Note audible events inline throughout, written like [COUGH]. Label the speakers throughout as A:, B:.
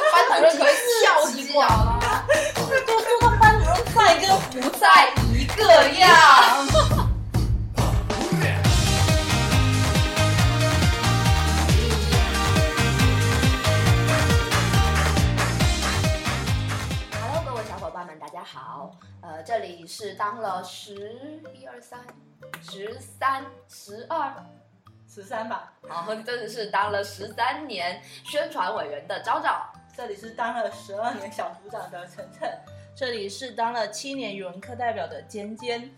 A: 人可以跳一
B: 跳
A: 跳，
B: 这都做到班主任在跟不在一个样。Hello，各位小伙伴们，大家好。呃，这里是当了十一二三、十三、十二，
C: 十三吧，
B: 然后真的是当了十三年宣传委员的昭昭。
C: 这里是当了十二年小组长的晨晨，
A: 这里是当了七年语文课代表的尖尖，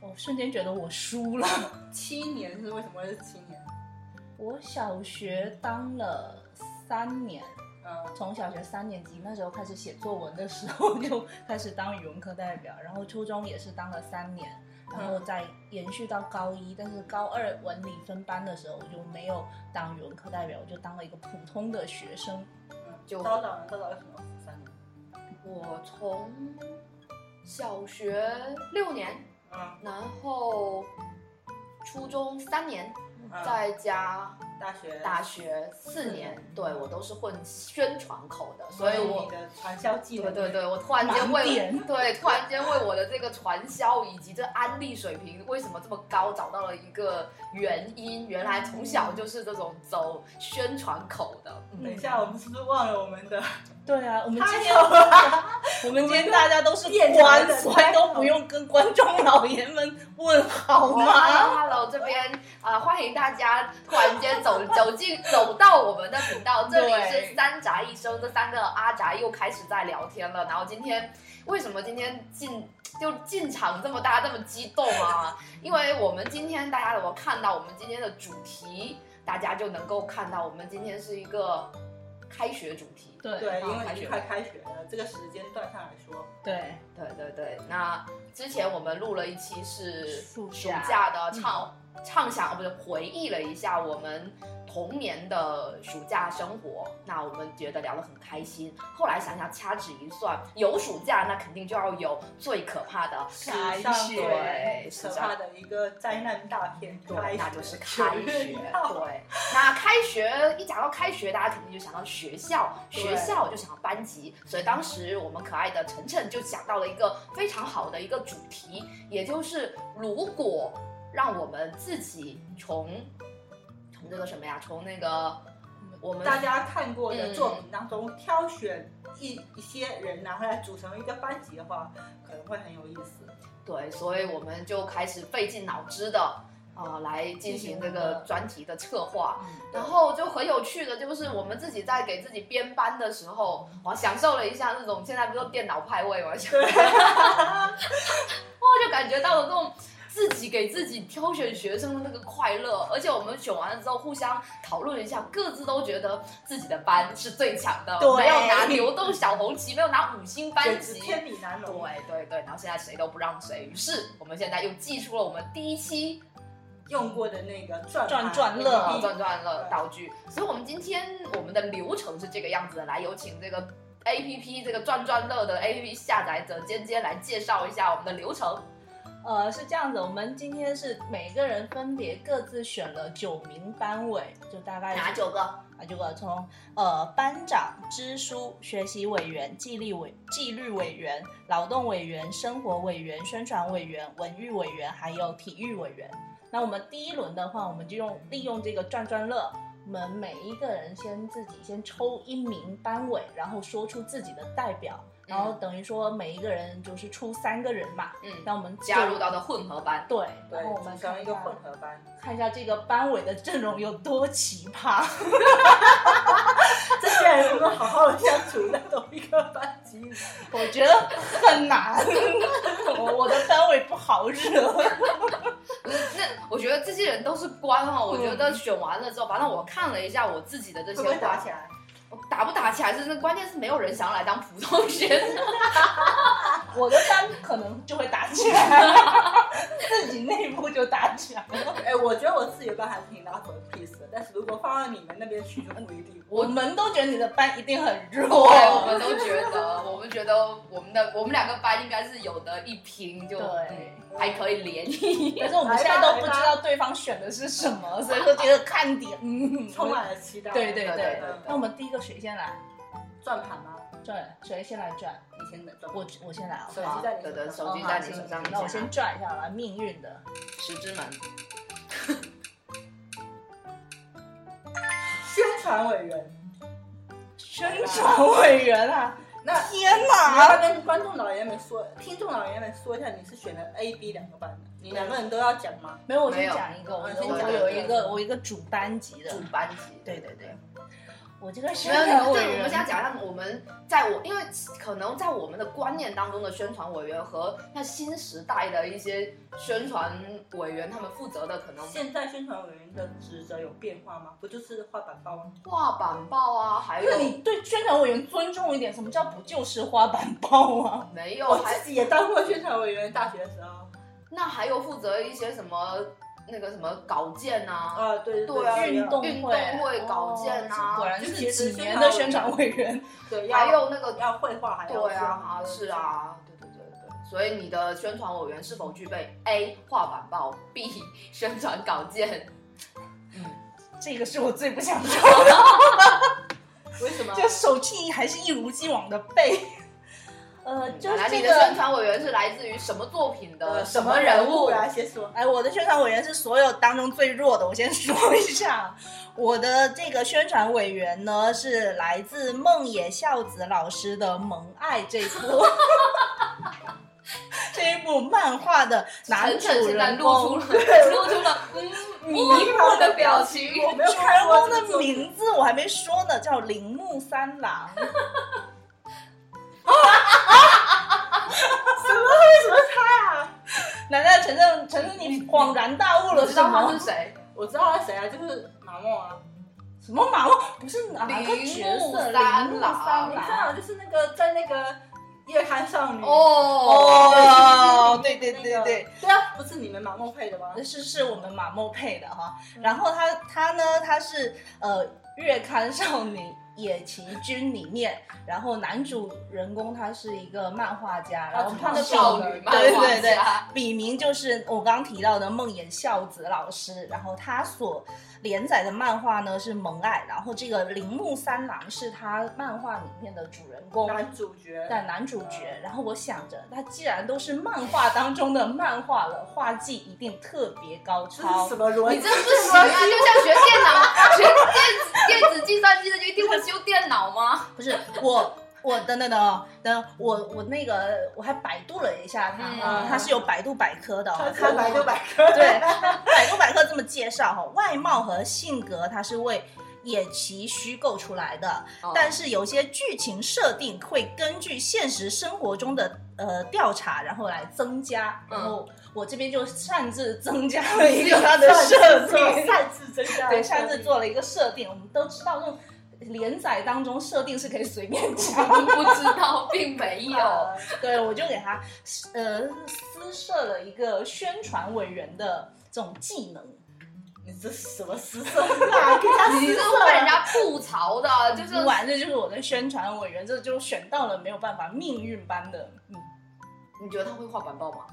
A: 我瞬间觉得我输了。
C: 七年是为什么会是七年？
A: 我小学当了三年，
C: 嗯，
A: 从小学三年级那时候开始写作文的时候就开始当语文课代表，然后初中也是当了三年，然后再延续到高一，但是高二文理分班的时候我就没有当语文课代表，我就当了一个普通的学生。
C: 嗯
B: 就
C: 招导人，招导为什么十三年？
B: 我从小学六年，
C: 嗯，
B: 然后初中三年，
C: 嗯
B: 再加
C: 大学，
B: 大，学四年，对我都是混宣传口的，所以
C: 你
B: 我。
C: 的传销技
B: 对
C: 能，
B: 对对，我突然间
A: 盲
B: 为
A: 点
B: 对突然间为我的这个传销以及这安利水平为什么这么高找到了一个原因，原来从小就是这种走宣传口的，嗯，
C: 等一下，我们是不是忘了我们的？
A: 对啊，我们今 [LAUGHS] 天
C: 有，
A: 我们今天大家都是
C: 变成了
A: 官，所以都不用跟观众老爷们问好吗？
B: Hello，这边啊、呃欢迎大家突然间走走进走到我们的频道，这里
A: 对
B: 是三宅一生，这三个阿宅又开始在聊天了。然后今天为什么今天进就进场这么大这么激动
A: [LAUGHS]
B: 啊？因为我们今天大家如果看到我们今天的主题，大家就能够看到我们今天是一个开学主题。啊
A: 对
C: 对，因
B: 开
C: 为已
B: 学
C: 经快开学了，这个时间段上来说，
A: 对，
B: 对对对，那之前我们录了一期是
A: 暑
B: 暑
A: 假
B: 假的畅、畅想，哦不是回忆了一下我们童年的暑假生活。那我们觉得聊得很开心。后来想想，掐指一算，有暑假那肯定就要有最可怕的
A: 开
C: 史上
A: 学
B: 对
C: 可怕的一个灾难大片，
B: 对，
C: 学
B: 那就是开学。
C: 九月一号
B: 对，那开学一讲到开学，大家肯定就想到学校，
C: 对
B: 学校就想到班级，所以当时我们可爱的晨晨就想到了一个非常好的一个主题，也就是如果让我们自己从从这个什么呀，从那个我们
C: [LAUGHS] 大家看过的作品当中挑选一一些人，然后来组成一个班级的话，可能会很有意思。
B: 对，所以我们就开始费尽脑汁的啊、呃来进行这个专题的策划。
C: 嗯
B: 然后就很有趣的，就是我们自己在给自己编班的时候，我享受了一下那种现在不是电脑派 [LAUGHS] 位嘛，享我就感觉到了那种自己给自己挑选学生的那个快乐。而且我们选完了之后，互相讨论一下，各自都觉得自己的班是最强的，
C: 对
B: 没有拿牛豆小红旗，没有拿五星班
C: 简直
B: 级，
C: 天理难容。
B: 对对对，然后现在谁都不让谁，于是我们现在又寄出了我们第一期
C: 用过的那个转
A: 转
C: 转
A: 转乐
B: 呃
A: 乐
B: 转转乐道具，所以我们今天我们的流程是这个样子的，来有请这个 A P P 这个转转乐的 A P P 下载者尖尖来介绍一下我们的流程。
A: 呃，是这样子，我们今天是每个人分别各自选了九名班委，就大概
B: 哪九个？
A: 啊，这个从呃班长、支书、学习委员、纪律委、纪律委员、劳动委员、生活委员、宣传委员、文娱委员，还有体育委员。那我们第一轮的话，我们就用利用这个转转乐，我们每一个人先自己先抽一名班委，然后说出自己的代表，然
C: 嗯
A: 后等于说每一个人就是出三个人嘛。
B: 嗯，
A: 那我们
B: 加
A: 就
B: 入到的混合班。
A: 对，然后我
C: 对，
A: 们
C: 组成一个
A: 看
C: 混
A: 下
C: 合班。
A: 看一下这个班委的阵容有多奇葩。
C: 这些人能够好好的相处在同一个班级里，
A: 我觉得很难，我我的单位不好惹。
B: 不是那我觉得这些人都是官哦，我觉得选完了之后，反正我看了一下我自己的这
C: 嗯
B: 些
C: 会不会打
B: 官
C: 起来？
B: 打不打起来，就是关键是没有人想要来当普通 [LAUGHS] 学生。
A: 我的班可能就会打起来，自己内部就打起来了。
C: 哎，我觉得我自己的班还是挺拉手 peace 的，但是如果放到你们那边去就不一定。
A: 我们都觉得你的班一定很
B: 对，
A: 弱。
B: 我们都觉得，我们觉得我们的我们两个班应该是有的一拼，就
A: 对
B: 嗯还可以联谊。
A: 但是我们现在都不知道对方选的是什么，所以说这个看点，嗯，
C: 充满了期待。嗯
A: 对对
B: 对对
A: 对
B: 对。
A: 那我们第一个谁先来？
C: 转盘吗？
A: 转，谁先来转？
C: 你先的转盘。
A: 我我先来好不
C: 手
A: 好
C: 机？在你
B: 对
C: 手
B: 对，
C: 上
B: 手机在你
A: 哦
B: 手上，
A: 那我
B: 你
A: 先
B: 拿
A: 转一下吧，命运的。
B: 十之门，
C: 宣传委员，
A: 宣传委员啊！
C: 那
A: 天
C: 你要
A: 哪！
C: 不要跟观众老爷们说，听众老爷们说一下，你是选了 A、B 两个版本，你两个人都要讲吗？
A: 没有，我
B: 没
A: 先
B: 有
A: 讲一个，我
C: 嗯
A: 先
C: 先
A: 讲
C: 讲
A: 有
C: 一个
A: 一个我一个主班级的
B: 主，班级，
A: 对对
B: 对
A: 对。我这个宣
B: 没有，
A: 传
B: 对，
A: 委
B: 我
A: 员
B: 们现在讲一下，我们在我，因为可能在我们的观念当中的宣传委员和那新时代的一些宣传委员，他们负责的可能
C: 现在宣传委员的职责有变化吗？不就是画板报吗？
B: 画板报啊，还有
A: 那你对宣传委员尊重一点，什么叫不就是花板报啊吗？
B: 没
C: 我
B: 有，还
C: 自己也当过宣传委员，大学的时候。
B: 那还有负责一些什么那个什么稿件
A: 哦
B: 啊，
C: 啊，对
B: 对啊
A: 运动
B: 运动
A: 会
B: 会稿件啊
A: 哦果然
C: 就是是
A: 几年的宣
C: 宣传
A: 传委员。
C: 对，要
B: 还有那个
C: 要绘画，还要
B: 对啊，是，啊，对对对对，所以你的宣传委员是否具备 A 画板报，B [LAUGHS] 宣传稿件？
A: 这个是我最不想说的，
C: 为什
B: 嗯
C: 么？
A: 就手气还是一如既往的背。呃，就
B: 本嗯来
A: 是这
B: 你的宣
A: 个，
B: 传委员是来自于什么作品的
C: 呃，
B: 什么人物？
C: 啊？先说，
A: 哎，我的宣传委员是所有当中最弱的，我先说一下，我的这个宣传委员呢是来自梦野孝子老师的《萌爱》这一部， [LAUGHS] 这一部漫画的男
B: 晨
A: 主
B: 晨现在
A: 人
B: 露
A: 公
B: 出。了露出了嗯迷惑的表情。
C: 我没有
A: 主
C: 看
A: 人
C: 过
A: 公
C: 这个
A: 的
C: 作品，
A: 名字我还没说呢，叫铃木
B: [LAUGHS]
A: 三郎。 [LAUGHS]
C: 为什么他啊？
A: 奶奶，晨晨，晨晨，你恍然大悟了
B: 你知
A: 什
B: 道他
A: 么？
B: 是谁？
C: 我知道他谁啊，就是马梦啊，
A: 什么马路？不是哪个角
B: 铃木
A: 色？
B: 三
A: 铃木
B: 郎
A: 三
C: 你看
A: 郎。
C: 啊，就是那个在那个夜刊少女，
A: 哦
B: 哦，
A: 对对对对对，
C: 对啊，不是你们马梦配的吗？
A: 是是我们马莫配的哈。
B: 嗯
A: 然后他他呢，他是呃月刊少女。野崎君里面，然后男主人公他是一个漫画家，然后他的
B: 少
A: 笔
B: 女漫
A: 对
B: 画
A: 对对，
B: 家，
A: 笔名就是我刚提到的梦魇孝子老师，然后他所连载的漫画呢是《萌爱》，然后这个铃木三郎是他漫画里面的主人公。
C: 男主角，
A: 但男主角，然后我想着，他既然都是漫画当中的漫画了，画技一定特别高
C: 这是
A: 超
C: 什。么逻辑？
B: 你这不行啊！就像学电脑、学电子电子计算机的，就一定会修电脑吗？
A: 不是我，我等等等哦等我我那个我还百度了一下他，
B: 嗯
A: 他是有百度百科的哦、
C: 他
A: 他
C: 看百就百科，
A: 对，百度百科这么介绍哈，外貌和性格它是为野崎虚构出来的，
B: 哦
A: 但是有些剧情设定会根据现实生活中的呃调查，然后来增加。
B: 嗯
A: 然后我这边就擅自增
C: [LAUGHS]
A: 加了一个它的
C: 擅
A: 设
C: 自
A: 定
C: 做，，擅自增加，
A: 对，擅自做了一个设定。我们都知道这种连载当中设定是可以随便
C: [LAUGHS]
A: 加的，
B: 并不知道，并没
A: [LAUGHS]
B: 有。
C: 啊。
A: 对，我就给他呃私设了一个宣传委员的这种技能。
C: 你这是什么私生啊？给他
B: 你
C: 私
B: 是
C: 生
B: 会被人家吐槽的，就是
A: 不玩，这就是我的宣传委员，这就选到了没有办法，命运般的。嗯，
B: 你觉得他会画板报吗？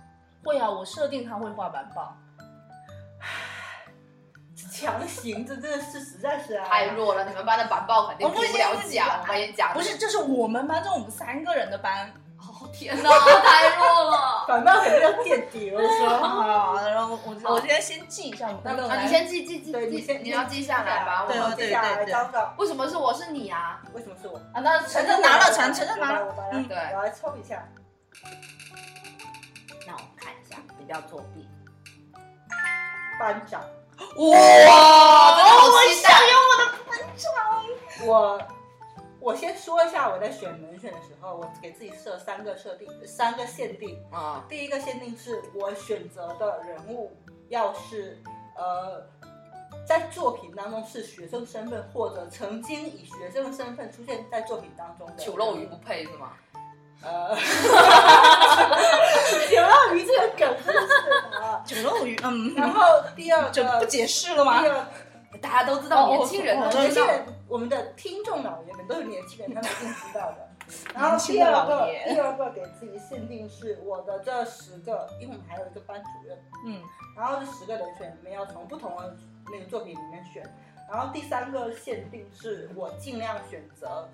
A: 会啊，我设定他会画板报，
C: 强行，这真的是实在是啊
B: 太弱了，你们班的板报肯定
A: 我不
B: 评
A: 行
B: 了
A: 不行
B: 奖。我跟你讲，
A: 不是，，这是我们班，这是我们三个人的班
B: 哦 [LAUGHS] 天哪，太弱了。
C: 反倒肯定要垫底，我跟你说。
A: 啊。然后我我今天先记一下我们班的
B: 啊，
A: 来
B: 你先记记记
C: 对你
B: 记，
C: 先
B: 你要记下来吧。我
A: 对
B: 们
A: 对
C: 接下来
A: 对
C: 张总，
B: 为什么是我是你啊？
C: 为什么是我？
A: 啊，那晨晨拿了，晨晨晨拿了，
C: 了，我来，
A: 嗯
B: 对
C: 我来抽一下。
B: 那我们看一下，你不要作弊。
C: 班长，
A: 哇
B: 真的好
A: 我
B: 期待
A: 想要我的班长。
C: 我我先说一下我在选门选的时候，我给自己设三个设定，三个限定。
B: 啊，
C: 第一个限定是我选择的人物要是呃，在作品当中是学生身份，或者曾经以学生身份出现在作品当中的
B: 酒肉鱼不配是吗？
C: 呃， [LAUGHS] 酒肉鱼这个梗真的是啊。
A: 九肉鱼，嗯，
C: 然后第二个
A: 就不解释了吗嗯
C: 第？二
B: 大家都知
A: 哦
B: 道，年轻人
A: 我
B: 都
A: 我
B: 知
C: 年轻
B: 道。
C: 人，我们的听众老爷们都是年轻人，他们一定知道的。然后
A: 年轻
C: 第
A: 的
C: 二
A: 老
C: 个
A: 爷，
C: 第二个给自己限定是我的这十个，因为我们还有一个班主任，
A: 嗯，
C: 然后这十个人选，你们要从不同的那个作品里面选。然后第三个限定是我尽量选择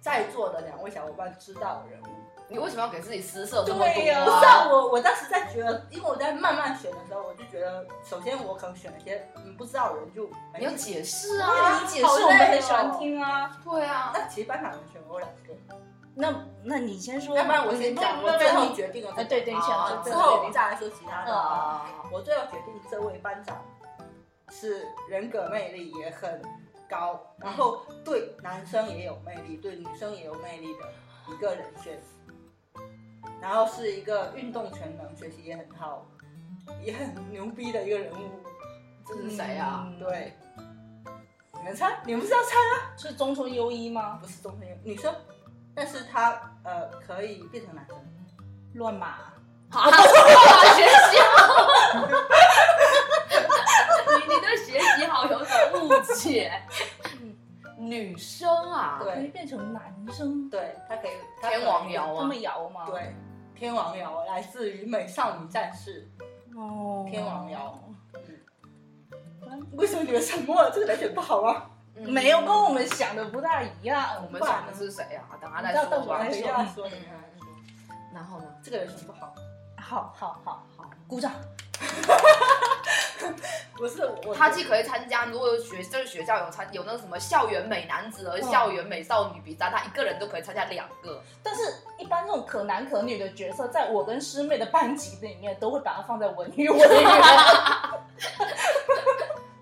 C: 在座的两位小伙伴知道的人物。
B: 你为什么要给自己施舍这么多？
A: 对呀
C: 不是啊，我我当时在觉得，因为我在慢慢选的时候，我就觉得，首先我可能选了一些嗯不知道的人就，
B: 你要解释啊！
A: 那你解释我们很喜欢听啊。
B: 对啊，
C: 那其实班长能选我两个，
A: 那那你先说，
C: 要不然我先讲，
A: 不不
C: 我
A: 不
C: 最后决定了
A: 哎，嗯对对，你嗯先
B: 啊
A: 说
C: 啊，
A: 最
C: 之
A: 后
C: 后
A: 决
C: 我
A: 定
C: 们再来说其他的啊。
B: 啊，
C: 我最后决定这位班长是人格魅力也很高，然后对男生也有魅力，对女生也有魅力的一个人选。然后是一个运动全能，学习也很好，也很牛逼的一个人物。
B: 这是谁啊？
A: 嗯
C: 对，你们猜，你们是要猜吗？
A: 是中村优一吗？
C: 不是中生女生，但是她呃可以变成男生。
A: 乱码。
B: 啊，学习好，你你对学习好有所误解。女生啊，
C: 对
A: 可以哎变成男生，
C: 对，她可以她可以
B: 天王瑶
A: 这
B: 啊
A: 么，摇吗？，
C: 对，天王瑶来自于美少女战士。
A: 哦，
C: 天王摇
A: 嗯。
C: 为什么你们沉默了？这个人选不好啊吗？
B: 嗯
A: 没有，跟我们想的不大一样。
B: 我们想的是谁啊？等下再
A: 到
B: 说
A: 底我
B: 吧
A: 来。
C: 等一下说，
B: 嗯
C: 等一下说，
B: 然后呢？
C: 这个人选不好。
A: 好好好，
B: 好，
A: 鼓掌。
C: 不是我，
B: 他既可以参加，如果学这个学校有参有那个什么校园美男子和
A: 嗯
B: 校园美少女比赛，他一个人都可以参加两个。
A: 但是，一般这种可男可女的角色，在我跟师妹的班级里面，都会把它放在文娱委员。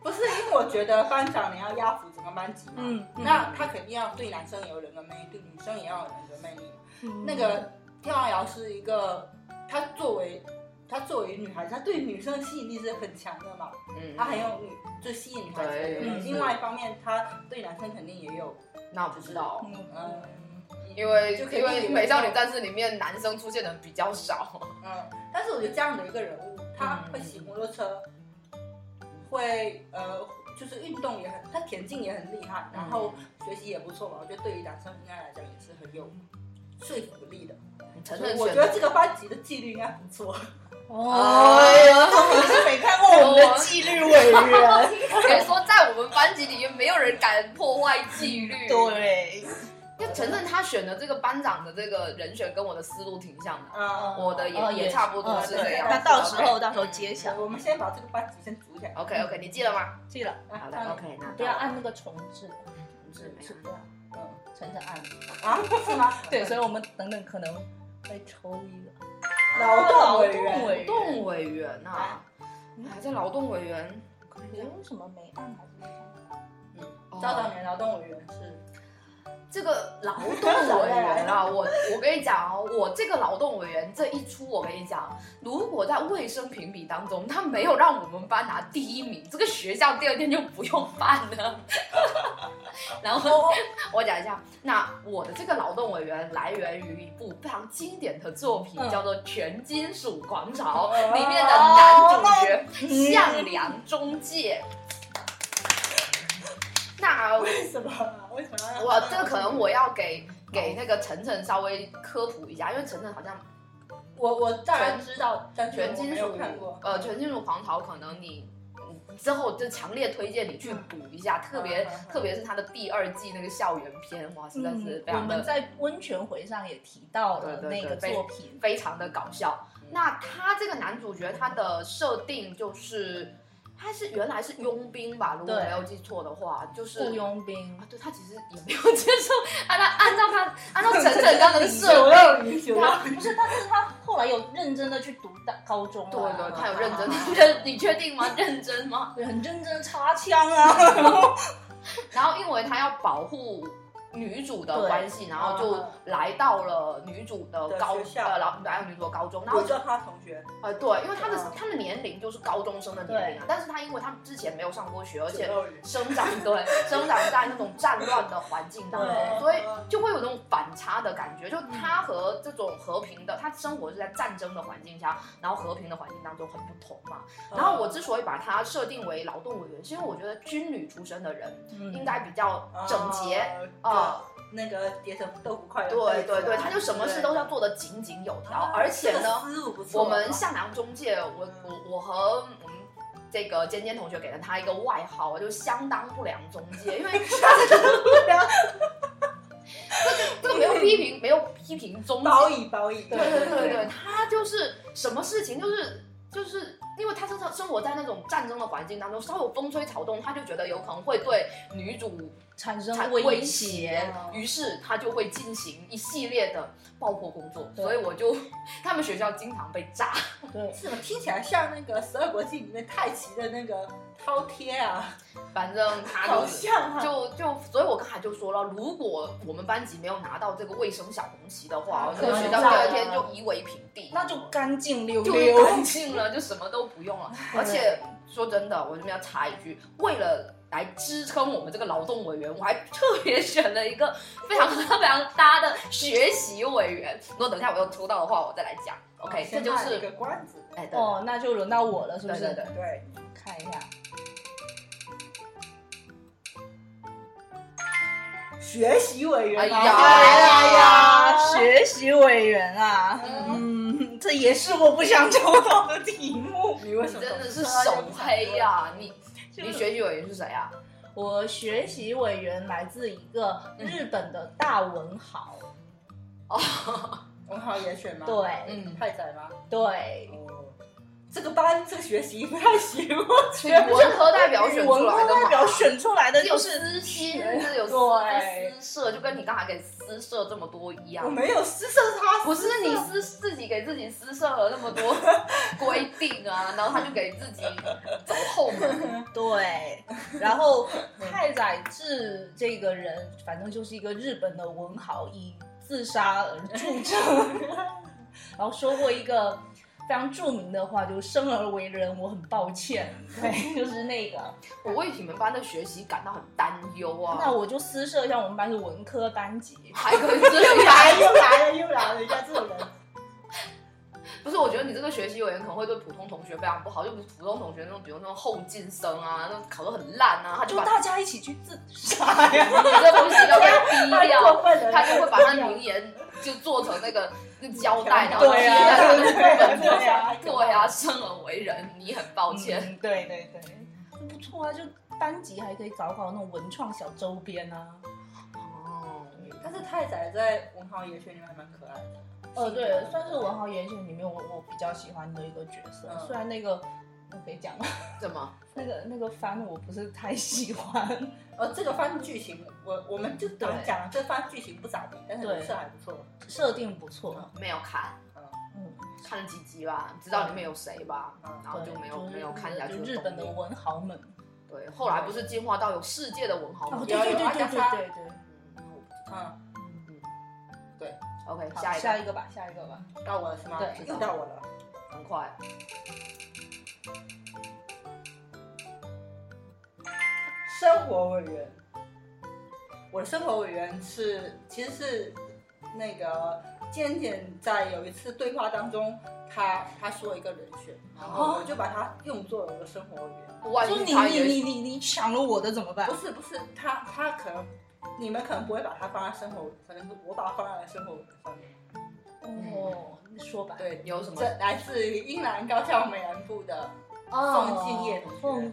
C: 不是因为我觉得班长你要压服整个班级嘛，
A: 嗯嗯
C: 那他肯定要对男生有人格魅力，对女生也要有人格魅力。那个天王瑶是一个，她作为她作为女孩子，她对女生的吸引力是很强的嘛，
B: 嗯，
C: 她很有女就吸引女孩子的
B: 对
C: 魅力。
A: 嗯
C: 另外一方面，她对男生肯定也有，
B: 那我不知道，哦
A: 嗯，
C: 嗯
B: 因为
C: 就可以
B: 因为
C: 理解
B: 美少女战士里面男生出现的比较少。
C: 嗯，但是我觉得这样的一个人物，
B: 嗯
C: 他会骑摩托车，会呃，就是运动也很，他田径也很厉害，然后
B: 嗯
C: 学习也不错嘛。我觉得对于男生应该来讲也是很有说服力的。
B: 承认
C: 我觉
B: 选
C: 得这个班级的纪律应该不错。
A: 哦，你是没看过 [LAUGHS] 我们的纪律委员？
B: [LAUGHS] 可以说在我们班级里面没有人敢破坏纪律。，
A: 对，
B: 就承认他选的这个班长的这个人选跟我的思路挺像的。
C: 啊、
B: 嗯我的也
A: 哦
B: 也差不多
A: 哦
B: 是
A: 对
B: 这样
A: 那到时候
B: OK
A: 到时候揭晓，
C: 我们先把这个班级先组起来。
B: OK OK，你记了吗？
A: 记了，
B: 好的
C: 嗯
B: ，OK，那
A: 不要按那个重置，
B: 是没
A: 啊是
B: 有
A: 不要，
C: 嗯
A: 晨晨按。
C: 啊，是吗？
A: 对，所以我们等等可能会抽一个啊
C: 劳哦动委
A: 劳
C: 员。
A: 委员
B: 动委员呐、啊，还在劳动委员。
A: 你为什么没按还是没按？
B: 嗯，
C: 赵少年劳动委员是
B: 这个劳动委员啊，我我跟你讲哦，我这个劳动委员这一出，我跟你讲，如果在卫生评比当中他没有让我们班拿第一名，这个学校第二天就不用办了。 [LAUGHS] 然后我讲一下，那我的这个劳动委员来源于一部非常经典的作品，
A: 嗯
B: 叫做《全金属狂潮》
C: 哦
B: 里面的男主角向良中介。那
C: 为什么啊？为什么要？
B: 我这个可能我要给给那个晨晨稍微科普一下，因为晨晨好像
C: 我我当然知道，但是
B: 全
C: 我
B: 金
C: 没
B: 属
C: 有看过。
B: 呃全金属狂潮，可能你嗯之后就强烈推荐你去补一下，特别
C: 嗯嗯嗯
B: 特别是他的第二季那个校园篇，哇，实在是非
A: 嗯我
B: 常
A: 们
B: 的
A: 在温泉回上也提到了
B: 对对
A: 那
B: 对
A: 个
B: 被
A: 作品，
B: 非常的搞笑。
C: 嗯
B: 那他这个男主角他的设定就是。他是原来是佣兵吧，如果
A: 对
B: 没有记错的话，就是
A: 雇佣兵
B: 啊，对他其实也没有 [LAUGHS] 接受，按照按照他按 [LAUGHS] 照晨晨刚刚
A: [LAUGHS]
B: 的设定，
C: 定，
A: 他不是，但是他后来有认真的去读大高中啊，
B: 对对，他有认真
C: 啊，
B: 认你确定吗？认真吗？ [LAUGHS]
A: 对，很认真地插枪啊， [LAUGHS] 然后
B: 然后因为他要保护女主的关系，然后就来到了女主的
C: 的
B: 高
C: 学校
B: 呃，然后来到女主的高中，然后
C: 我
B: 就
C: 叫他同学，
B: 呃对，因为他的
C: 嗯
B: 他的年龄就是高中生的年龄啊，但是他因为他之前没有上过学，而且
C: 九六人
B: 生长对生长在那种战乱的环境当中，
A: 对
B: 嗯所以就会有那种反差的感觉。就他和这种和平的，他生活是在战争的环境下，然后和平的环境当中很不同嘛。然后我之所以把它设定为劳动委员，是因为我觉得军旅出身的人应该比较嗯整洁啊、
C: 嗯啊，那个叠成豆腐块的
B: 对
C: 对啊
B: 对对，啊他就什么事都要做得井井有条，而且呢，
C: 思路不错，
B: 我们向阳中介，我我我和我们这个尖尖同学给了他一个外号， [LAUGHS] 就是相当不良中介，因为他这个这个批评中介
C: 褒义褒义，
B: 对对对对，他就是什么事情就是就是因为他生生活在那种战争的环境当中，稍有风吹草动，他就觉得有可能会对女主
A: 产
B: 产
A: 生
B: 威
A: 胁
B: 胁，于是他就会进行一系列的爆破工作，
A: 对
B: 所以我就 [LAUGHS] 他们学校经常被炸。
A: 对，
C: 是吗？听起来像那个《十二国记》里面太极的那个饕餮啊，
B: 反正他
C: 好
B: 就是
C: 像啊。
B: 就就，所以我刚才就说了，如果我们班级没有拿到这个卫生小红旗的话，我
C: 啊
B: 这个学校
A: 可能
B: 第二天就夷为平地，
A: 那就干净溜
B: 就
A: 溜。
B: 干净了，就什么都不用
A: [LAUGHS]
B: 了。而且说真的，我这边要插一句，为了。来支撑我们这个劳动委员，我还特别选了一个非常非常搭的学习委员。如果等一下我又抽到的话，我再来讲。OK，这
C: 先
B: 就
C: 卖了
B: 是
C: 个关子，
B: 哎，对
A: 哦，那就轮到我了，是不
B: 对
A: 是？
B: 对对，
C: 对，
A: 看一下，
C: 学习委员嘛，
B: 哎呀
A: 哎呀，
C: 对呀
A: 学习委员啊，
B: 嗯
A: 嗯，这也是我不想抽到的题目。
C: 你为
B: 你
C: 什么
B: 真的是手黑呀、你
A: 就是
B: 你学习委员是谁啊？
A: 我学习委员来自一个日本的大文豪，
C: 文豪也选吗？，
A: 对
B: 嗯，
C: 太宰吗？
A: 对，
C: 哦，这个班这个学习不太行，我
B: 语
C: 觉得
B: 文科代表选出
A: 文
B: 来
A: 科
B: 的嘛，
A: 代表选出来的
B: 有
A: 就是
B: 私心，有
C: 对
B: 私私设，就跟你刚才给私设这么多一
C: 我
B: 样。
C: 没有施舍他，
B: 不是你私自己给自己私设了那么多规定啊，然后他就给自己走后门。
A: 对，然后太宰治这个人，反正就是一个日本的文豪，以自杀而著称。然后说过一个非常著名的话，就是“生而为人，我很抱歉”。对，就是那个。
B: 我为你们班的学习感到很担忧啊。
A: 那我就私设一下，我们班是文科班级。
B: 还可以这
C: 又来
B: 样，
C: 又来了又来了，人家这
A: [LAUGHS]
C: 种人，
B: 不是？我觉得你这个学习委员可能会对普通同学非常不好，就不是普通同学那种，比如那种后进生啊，那种考得很烂啊，他就
A: 就
B: 把
A: 大家一起去自杀嗯呀！
B: 你这东西要被逼
C: 太
B: 掉。
C: 过分了，
B: 他就会把他名言就做成那个 [LAUGHS] 那胶带，然后贴
A: 对啊
B: 在他的
C: 对啊
B: 本子
C: 对啊
B: 上。对呀，生而为人，你很抱歉。
A: 嗯，对对对，不错啊，就班级还可以搞搞那种文创小周边啊。
B: 哦，
C: 但是太宰在文豪野犬里面还蛮可爱的。
A: 呃，对，
C: 啊
A: 算是文豪言选里面我我比较喜欢的一个角色，
C: 嗯
A: 虽然那个我可以讲吗？
B: 怎么？
A: [LAUGHS] 那个那个番我不是太喜欢，
C: 呃，这个番剧情，我我们就怎么
A: 对
C: 讲？这番剧情不咋地，但是
A: 对
C: 人设还不错。
A: 设定不错，
B: 没有看，
C: 嗯，
A: 嗯，
B: 看了几集吧，知道里面有谁吧，
C: 嗯
B: 然后就
A: 对
B: 没有
A: 是
B: 没有看下去
A: 就
B: 动力。
A: 日本的文豪们，哦
B: 对，后来不是进化到有世界的文豪吗？
C: 对对对对对对
A: 对。
C: 嗯，
B: OK，
A: 好，
B: 下一
A: 下
B: 个
A: 一个吧，下一个吧。
C: 到我了是吗？
A: 对
C: 又到我了。
B: 很快，
C: 生活委员，我的生活委员是其实是那个尖尖在有一次对话当中，他他说一个人选，然后我就把他用作了我的生活委员。
B: 万
A: 说
B: 一
A: 你
B: 他
A: 你
B: 也
A: 你你你抢了我的怎么办哦
C: 不？是不是，他他可能你们可能不会把他放在生活委员上面，可能我把他放在生活委员上面。
A: 哦，你说吧。
C: 对，
B: 有什么？
C: 这来自于英兰高校美兰部的
A: 哦
C: 凤敬业同学
A: 凤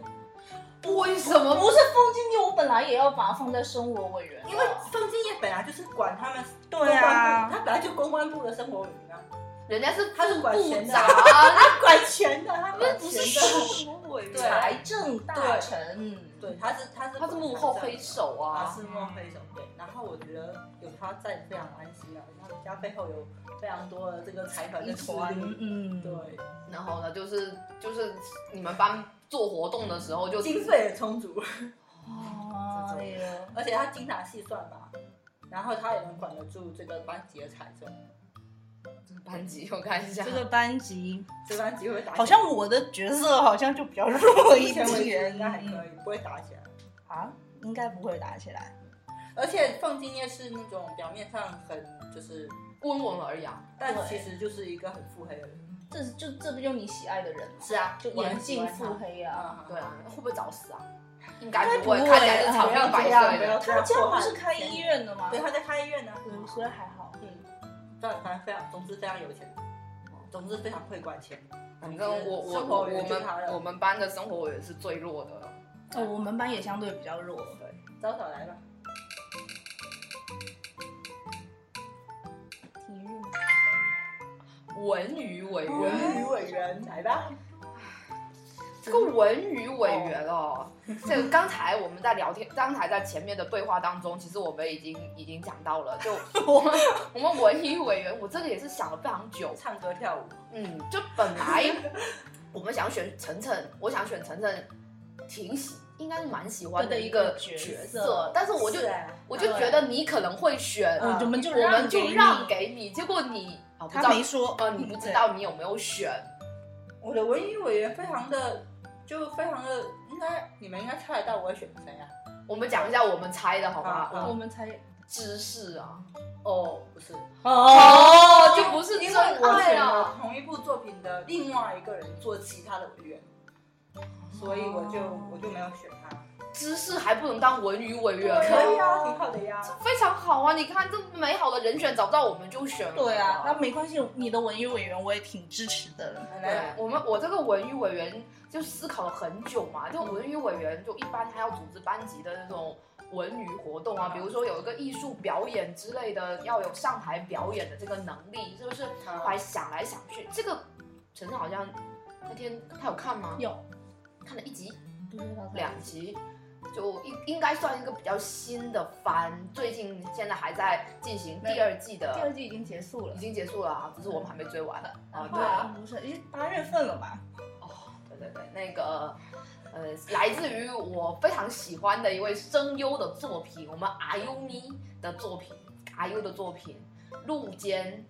B: 为什么
A: 呃不是凤敬业，我本来也要把它放在生活委员的，
C: 因为凤敬业本来就是管他们公
A: 对
C: 关
A: 啊
C: 部，他本来就公关部的生活委员啊，
B: 人家是
C: 他是管
B: 部
C: 钱的
B: 长，啊
C: 他管钱的，他
B: 不是
C: 管
B: 不
C: 钱
B: 是
C: 的。
B: 什么委员
C: 对
A: 财政大臣，
C: 对，他是他是
B: 他是幕后黑手
C: 啊，
B: 啊。
C: 是幕后黑手。对，然后我觉得有他在非常安心啊，他们家背后有非常多的这个财团
A: 一
C: 的势
A: 团
C: 力。，
A: 嗯，
C: 对，
B: 然后呢，就是就是你们班做活动的时候就，
C: 嗯经费也充足，
A: 哦，哎呦，
C: 而且他精打细算吧，然后他也能管得住这个班级的财政。
B: 班级我看一下，
A: 这个班级
C: 这班级会不会打起来，
A: 好像我的角色好像就比较弱一
C: 目前为止
A: 点，
C: 应该还可
A: 以
C: 以，不会打起来。
A: 啊，应该不会打起来。
C: 而且凤敬业是那种表面上很就是，
B: 温文尔雅，
C: 但
A: 对
C: 其实就是一个很腹黑的人。
A: 这就这不就你喜爱的人吗？
C: 是啊
A: 就眼镜腹黑啊，
C: 啊，
B: 对啊，会不会早死啊？应该
A: 应该不
B: 会，
A: 会
B: 看起来是长
A: 好
C: 不要
B: 命百
C: 这样，
B: 岁
C: 不要
B: 的。
C: 这
A: 他
C: 样。
A: 家
C: 祸
A: 不
C: 害
A: 是开医院的吗？
C: 对，他在开医院呢。
A: 对，所以还好。
C: 嗯，但反正非常，总之非常有钱，总之非常会管钱。
B: 反正我我
C: 生
B: 我
C: 活
B: 我
C: 委员就他
B: 们
C: 了
B: 我们班的生活委员是最弱的了。
A: 哦，我们班也相对比较弱。
C: 招手来吧，
B: 文娱委员，
C: 文娱委员来吧，
B: 这个文娱委员哦，这个刚才我们在聊天，刚才在前面的对话当中，其实我们已经已经讲到了，
C: [LAUGHS]
B: 就我们我们文娱委员，我这个也是想了非常久，
C: [LAUGHS] 唱歌跳舞，
B: 嗯，就本来我们想选晨晨，我想选晨晨，挺喜，应该是蛮喜欢的
A: 对的
B: 一
A: 一个
B: 个角
A: 角
B: 色，
A: 色
B: 但是我就、
C: 是啊
B: 我就觉得你可能会选，
C: 嗯
A: 呃我们就
B: 我们就
A: 给
B: 让
A: 你
B: 给你，结果你啊、不知
A: 哦他
B: 道
A: 没说，
B: 呃，你不知道你有没有选，
C: 我的文娱委员非常的，就非常的，应该你们应该猜得到我会选谁啊？
B: 我们讲一下我们猜的好吗？
C: 好好
A: 我们才
B: 知识啊，
C: 哦，不是，
B: 哦，就不是
C: 因
B: 真
C: 为我
B: 爱
C: 选了
B: 了，
C: 同一部作品的另外一个人做其他的委员，所以我就我就没有选他。
B: 知识还不能当文娱委员，
C: 可以
B: 哦
C: 啊，挺好的呀。
B: 非常好啊！你看这美好的人选找不到，我们就选了。
A: 对啊，那没关系，你的文艺委员我也挺支持的了。
C: 来
B: 对，我们我这个文娱委员就思考了很久嘛，就文娱委员就一般他要组织班级的那种文娱活动啊，比如说有一个艺术表演之类的，要有上台表演的这个能力，是不是？
A: 嗯
B: 后来想来想去，这个晨晨好像那天他有看吗？
A: 有，
B: 看了一集、
A: 不知道
B: 两集，就应应该算一个比较新的番，最近现在还在进行第二季
A: 第二
B: 的，
A: 季已经结束了
B: 已，经结束了啊，只是我们还没追完啊。对啊，
A: 啊，不是，因为八月份了嘛，
B: 对对对，那个呃，来自于我非常喜欢的一位声优的作品，我们阿优咪的作品，阿优的作品，陆坚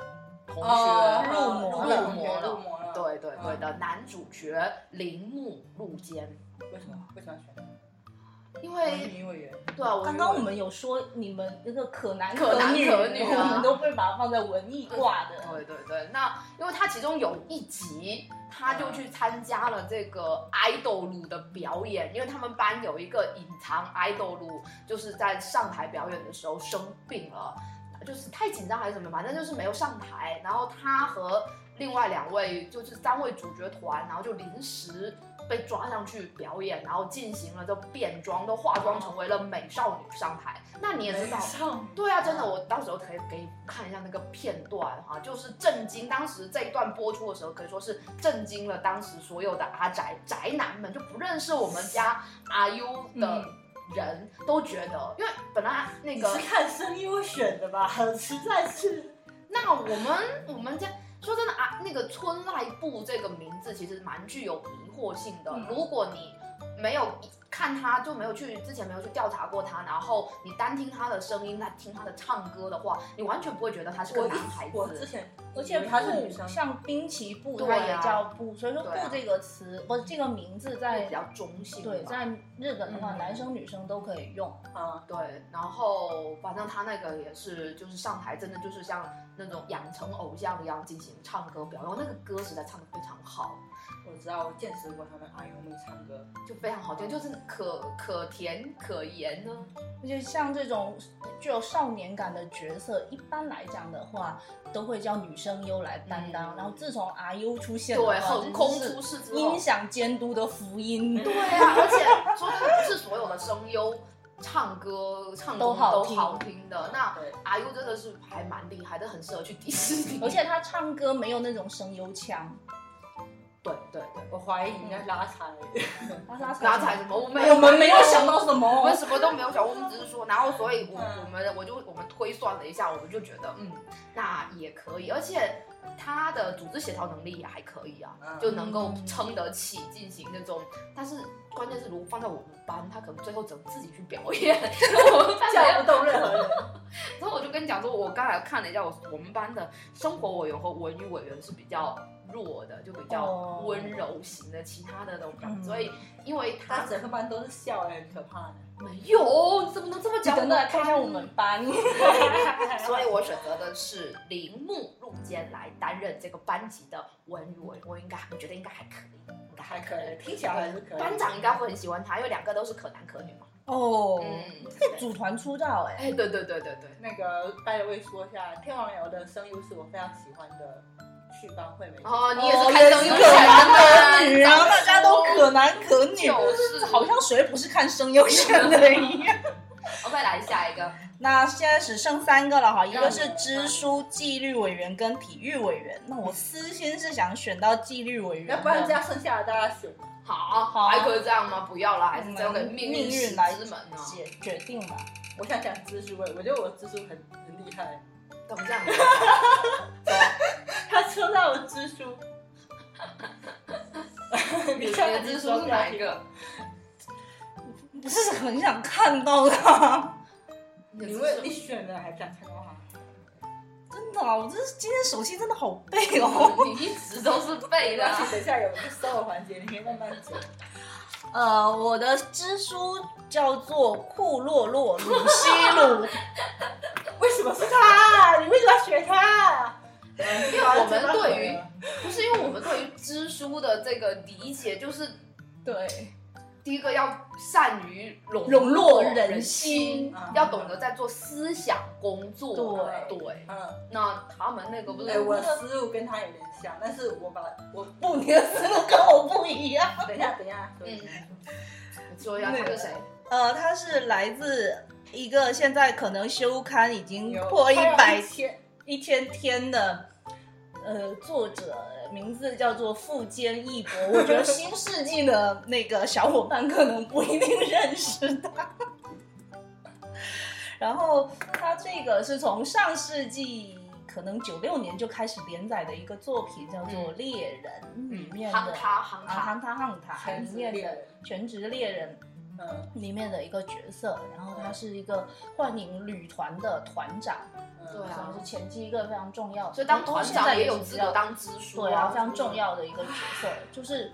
B: 同学、啊呃
C: 哦
A: 入魔
C: 入
A: 了
C: 魔
B: 入
C: 入魔了。
B: 对对对
C: 嗯
B: 的男主角铃木陆坚，
C: 为什么为什么选他？
B: 因
C: 文
B: 为
C: 娱委员，
B: 对啊，
A: 嗯刚刚我们有说你们那个可男
B: 可男
A: 女，
B: 可女啊
A: 我们都会把它放在文艺挂的。
B: 对对啊对，嗯那因为他其中有一集，他就去参加了这个 idol 路的表演，因为他们班有一个隐藏 idol 路，就是在上台表演的时候生病了，就是太紧张还是什么，反正就是没有上台。然后他和另外两位就是三位主角团，然后就临时。被抓上去表演，然后进行了这变装，都化妆成为了美少女上台。那你也知道，
C: 上
B: 对啊，真的，我到时候可以给你看一下那个片段哈、就是震惊。当时这一段播出的时候，可以说是震惊了当时所有的阿宅宅男们，就不认识我们家阿优的人、都觉得，因为本来那
C: 嗯你
B: 个
C: 是看声优选的吧？实在是
B: 那我们我们家说真的啊，那个春赖布这个名字其实蛮具有迷惑性的。
A: 嗯
B: 如果你没有看他，就没有去之前没有去调查过他，然后你单听他的声音，来听他的唱歌的话，你完全不会觉得他是个
C: 我
B: 男孩
C: 我之
B: 子。
C: 前
A: 而且
C: 以为她是女
A: 布
C: 生，
A: 像滨崎步，
B: 对
A: 它
B: 啊
A: 也叫布，所以说布
B: 对啊
A: 这个词，不是这个名字
B: 会
A: 在
B: 比较中性吧，
A: 对在日本的话，
B: 嗯
A: 男生女生都可以用。
C: 啊，
B: 对，然后反正他那个也是，就是上台真的就是像那种养成偶像一样进行唱歌表演，那个歌实在唱的非常好，
C: 我知道，我见识过他们阿优咪唱歌，
B: 就非常好听，就是可可甜可盐呢。
A: 而且像这种具有少年感的角色，一般来讲的话，都会叫女声优来担当。
B: 嗯
A: 然后自从 RU 出现的话，
B: 对，横空
A: 这就
B: 出
A: 是
B: 世之后
A: 音，响监督的福
B: [LAUGHS]
A: 音。
B: 对 [LAUGHS] 啊，而且说真的不是所有的声优唱歌唱功
A: 都好
B: 都
A: 听
B: 好听的。那
C: 对，
B: 阿 U 真的是还蛮厉害的，很适合去迪士尼。
A: 而且他唱歌没有那种声优腔，
B: 对对对，
C: 我怀疑你在拉踩，
B: 嗯
A: 他拉
B: 哪才什么我没
A: 我们没有想到什么，
B: 我们什么都没有想，我们只是说，然后所以我，我
C: 哦嗯
B: 们我就我们推算了一下，我们就觉得，嗯，那也可以，而且他的组织协调能力也还可以啊，
C: 嗯
B: 就能够撑得起进行那种。但是关键是，如果放在我们班，他可能最后只能自己去表
C: [LAUGHS]
B: 演，我们班没有
C: [LAUGHS] 叫不动
B: [LAUGHS]
C: 任何人。
B: 然后我就跟你讲说，我刚才看了一下，我我们班的生活委员和文娱委员是比较弱的，就比较
A: 哦
B: 温柔型的，其他的都比较。
A: 嗯
B: 所以因为他
C: 他整个班都是笑，哎，很可怕的。
B: 没有，你怎么能这么讲？
A: 等等来看一下我们班。
B: [LAUGHS] 所以我选择的是铃木入间来担任这个班级的文娱委，我应该我觉得应该还可以，应该还可以。
C: 听起来还是可以。
B: 班长应该会很喜欢他，因为两个都是可男可女嘛。
A: [LAUGHS] 哦，
B: 嗯，
A: 组团出道哎、
B: 哎，对对对对对，
C: 那个大家会说一下，天王瑶的声优是我非常喜欢的旭方惠美。
B: 哦，你
A: 哦
B: 也是看
A: 也
B: 声优
A: 可男可
B: 选的
A: [LAUGHS] 女啊，大家都可男可女，
B: 就是 [LAUGHS]
A: 好像谁不是看声优选的一样。
B: 我们来下一个
A: 那现在只剩三个了哈，一
B: 让
A: 个
B: 你
A: 是支书、纪律委员跟体育委员。那我私心是想选到纪律委员的，
C: 要不然这样剩下的大家选。
B: 好，
A: 好
B: 还可以这样吗？不要了，还是交
A: 我
B: 给
A: 们
B: 运
A: 命
B: 使
A: 运来
B: 之门 [LAUGHS] 呢？
A: 解决定吧。 [LAUGHS]
C: 我想讲知书，我我觉得我知书很很厉害，
B: 怎么这样？
C: 他抽到了知书。
B: [LAUGHS] 你觉得支书是哪一？个？
A: 不是很想看到他，
B: 你
C: 你
B: 的
C: 问
B: 支
C: 你
B: 书
C: 选的还想看到他？
A: [LAUGHS] 真的啊！我这今天手气真的好背哦。 [LAUGHS]
B: 你一直都是背的啊。
C: 而且等一下有个搜的环节，你可以慢慢讲。
A: 呃，我的支书叫做库洛洛鲁西鲁，
C: 为什么是他？你为什么要选他？
B: [LAUGHS] 因为我们对于不是因为我们对于支书的这个理解，就是
A: [LAUGHS] 对，
B: 第一个要善于笼
A: 笼络人
B: 人
A: 心
C: 嗯
B: 要懂得在做思想工作。
A: 对
B: 对，
C: 嗯，
B: 那他们那个不是
C: 哎，我的思路跟他有点像，但是我把我
A: 不，你的思路跟我不一样。
C: 等一下，等一下，
B: 嗯你说一下他是谁？
A: 呃，他是来自一个现在可能休刊已
B: 嗯
A: 经
C: 有
A: 破一百
C: 千，
A: 一千天的，呃，作者名字叫做富坚义博。我觉得新世纪的那个小伙伴可能不一定认识他。 [LAUGHS] 然后他这个是从上世纪可能九六年就开始连载的一个作品，叫做《猎人》里面
B: 行
A: 的
B: 卡行
A: 啊，
B: 卡，
A: 憨他憨他里面的全职猎人。
C: 嗯
A: 里面的一个角色，然后他是一个幻影旅团的团长，
C: 嗯，
B: 对啊
A: 算是前期一个非常重要，
B: 所以当团
A: 现
B: 长
A: 在
B: 也有
A: 是
B: 资
A: 比较
B: 格当支书
A: 对啊，非
B: 啊。
A: 常重要的一个角色，就是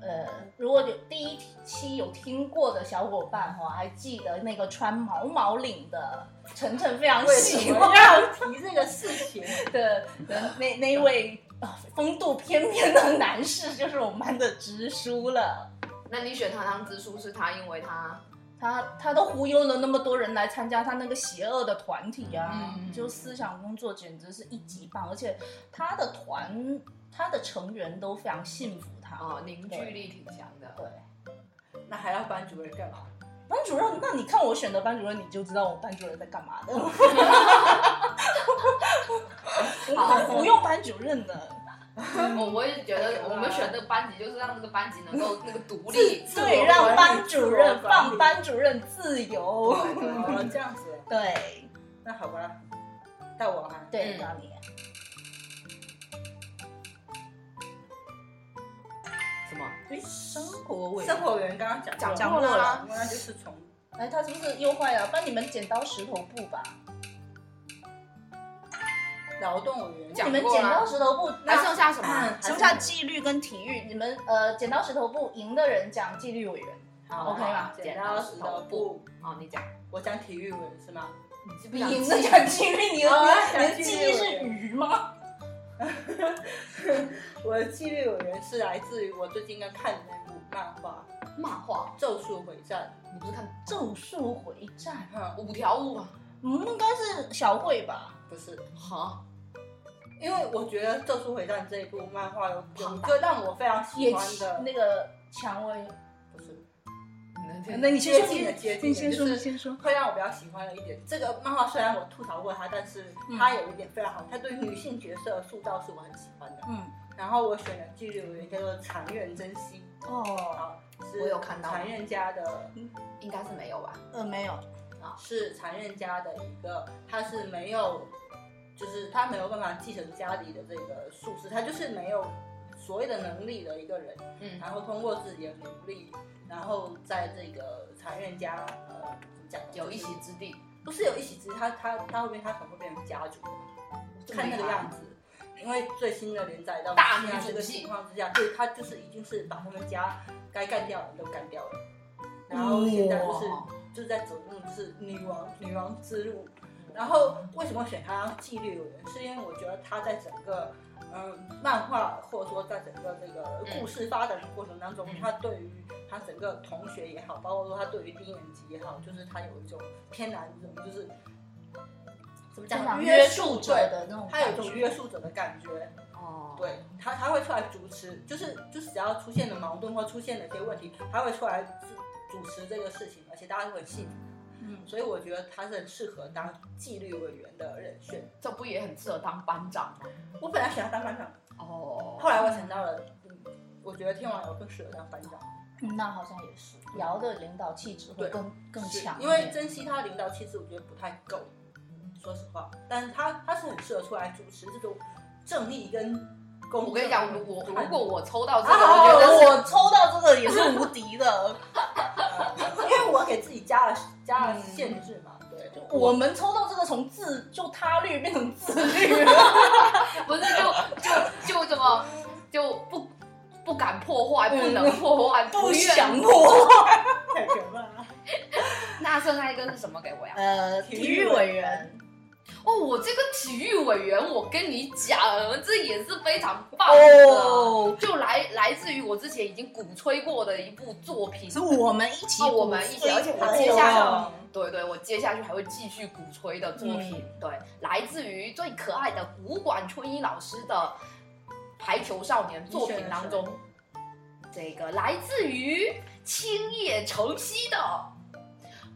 A: 呃，如果有第一期有听过的小伙伴哈，还记得那个穿毛毛领的晨晨非常
C: 为
A: 喜
C: 什
A: 欢
C: 么要提这个事情？
A: 的的那那一位呃风度翩翩的男士，就是我们班的直叔了。
B: 那你选他当支书是他因为他
A: 他他都忽悠了那么多人来参加他那个邪恶的团体啊，
B: 嗯
A: 就思想工作简直是一级棒，而且他的团他的成员都非常信服他。
B: 哦凝聚力挺强
A: [LAUGHS]
B: 的。
A: 对，
C: 那还要班主任干嘛？
A: 班主任，那你看我选的班主任，你就知道我班主任在干嘛的。我 [LAUGHS] 不用班主任的，
B: [LAUGHS] 我我也觉得我们选这个班级就是让这个班级能够那个独立。
C: 自
A: 对，
C: 我
A: 让
C: 管
A: 班
C: 理自
A: 主
C: 我
A: 任
C: 管
A: 放
C: 理
A: 班主任自由。
C: [LAUGHS] 哦，这样子，
A: 对
C: 那好吧，到我啊。
A: 对，
B: 嗯
A: 到你。
B: 什么？
A: 生活委员
C: 生活员刚刚讲
B: 讲
A: 讲
B: 过
A: 过
B: 了
A: 了
B: 啊。
C: 那就是从
A: 哎，他是不是又坏了？帮你们剪刀石头布吧。
C: 劳动委员
B: 讲
A: 你们
B: 过
A: 剪
B: 啦
C: 啊
A: 刀石头布，
B: 还
A: 那
B: 剩下什么？啊
A: 剩下纪律跟体育。你们呃，剪刀石头布赢的人讲纪律委员，
C: 好
A: OK 吧
C: 剪刀石头布，
B: 哦，你讲，
C: 我讲体育委员是吗？
B: 你是不
A: 你
B: 想
A: 赢
B: 记
A: 的讲纪律， [LAUGHS] 你的、
C: 哦
A: 你
C: 讲
A: 的
C: 纪
A: 记
C: 律
A: 忆
C: 委
A: 是
C: 员
A: 鱼吗？
C: 我的纪律委员是来自于我最近刚看的那部漫画
B: 漫画？
C: 《咒术回战
B: 你不是看
A: 咒术 [LAUGHS] 回战，》。
C: 哼，
B: 五条悟吗？
A: 嗯，应该是小慧吧？
C: 不是，
B: 哈，
C: 因为我觉得《咒术回战》这一部漫画有有一个让我非常喜
A: 野
C: 欢
A: 鸡
C: 的，
A: 那个蔷薇，
C: 不是
B: 嗯
A: 那你先
C: 接
A: 说
C: 近的
A: 你，
C: 接
A: 你
C: 近
A: 先
C: 的，
A: 说，
C: 就
A: 你
C: 是
A: 先说。
C: 会让我比较喜欢的一点。这个漫画虽然我吐槽过它，但是
A: 嗯
C: 它有一点非常好，它对女性角色的塑造是我很喜欢的。
A: 嗯，
C: 然后我选的纪律委员叫做长远珍惜，
A: 哦，
C: 啊，是
B: 我有看到
C: 长远家的，
B: 应该是没有吧？
A: 呃，没有，
C: 是长远家的一个，他是没有，就是他没有办法继承家里的这个术士，他就是没有所谓的能力的一个人，
B: 嗯，
C: 然后通过自己的努力，然后在这个长远家，呃，怎么讲呢？
B: 有一
C: 就是
B: 席之地，
C: 不是有一席之地，他他他后面他可能会变成家主，
B: 这么
C: 看那个
B: 厉害
C: 样子。因为最新的连载到
B: 大女
C: 现在这
B: 主
C: 个
B: 戏
C: 情况之下，对他就是已经是把他们家该干掉的人都干掉了，然后现在就是
B: 哇
C: 就是在走那种就是女王女王之路。然后为什么选他当纪律委员？是因为我觉得他在整个嗯漫画或者说在整个这个故事发展的过程当中，
B: 嗯
C: 他对于他整个同学也好，包括说他对于低年级也好，就是他有一种天然一种就是怎
A: 这
C: 么讲
A: 样
C: 约
A: 约
C: 束
A: 束
C: 者
A: 者
C: 的，
A: 的那种
C: 他有一
A: 感
C: 种
A: 觉
C: 约束者的感觉。
B: 哦，
C: 对他，他会出来主持，就是就是只要出现了矛盾或出现了一些问题，他会出来主主持这个事情，而且大家都很信服。
A: 嗯，
C: 所以我觉得他是很适合当纪律委员的人选。
B: 这不也很适合当班长吗？
C: 我本来选他当班长，
B: 哦，
C: 后来我想到了，嗯，我觉得天王瑶更适合当班长，
A: 嗯那好像也是，嗯瑶的领导气质会
C: 对
A: 更更
C: 是
A: 强一点，
C: 因为珍惜他的领导气质，我觉得不太够，说实话。但是他他是很适合出来主持这种正义跟公正。
B: 我跟你讲，如果
C: 对
B: 如果我抽到这个，
A: 啊，
B: 我觉得
A: 我抽到这个也是无敌 [LAUGHS] 的。
C: 呃因为我给自己加了加了限制嘛，对，就
A: 我们抽到这个从自 [LAUGHS] 就他律变成自律了，
B: 不是
C: 哦
B: 就就就怎么就不不敢破坏，
C: 嗯
B: 不能破坏，
A: 不
B: 愿
A: 想。我。
C: 太可怕了。
B: 那剩下一个是什么给我呀？
A: 呃，体育委员，
B: 哦，我这个体育委员，我跟你讲，这也是非常棒的，
A: 哦，
B: 就来来自于我之前已经鼓吹过的一部作品。
A: 是我们一起，
B: 哦我们一起而且我
C: 们
A: 接
C: 接
A: 下
C: 下
A: 来
C: 来
B: 对对，我接下去还会继续鼓吹的作品，
A: 嗯
B: 对，来自于最可爱的古管春一老师的《排球少年》作品当中，这个来自于青叶城西的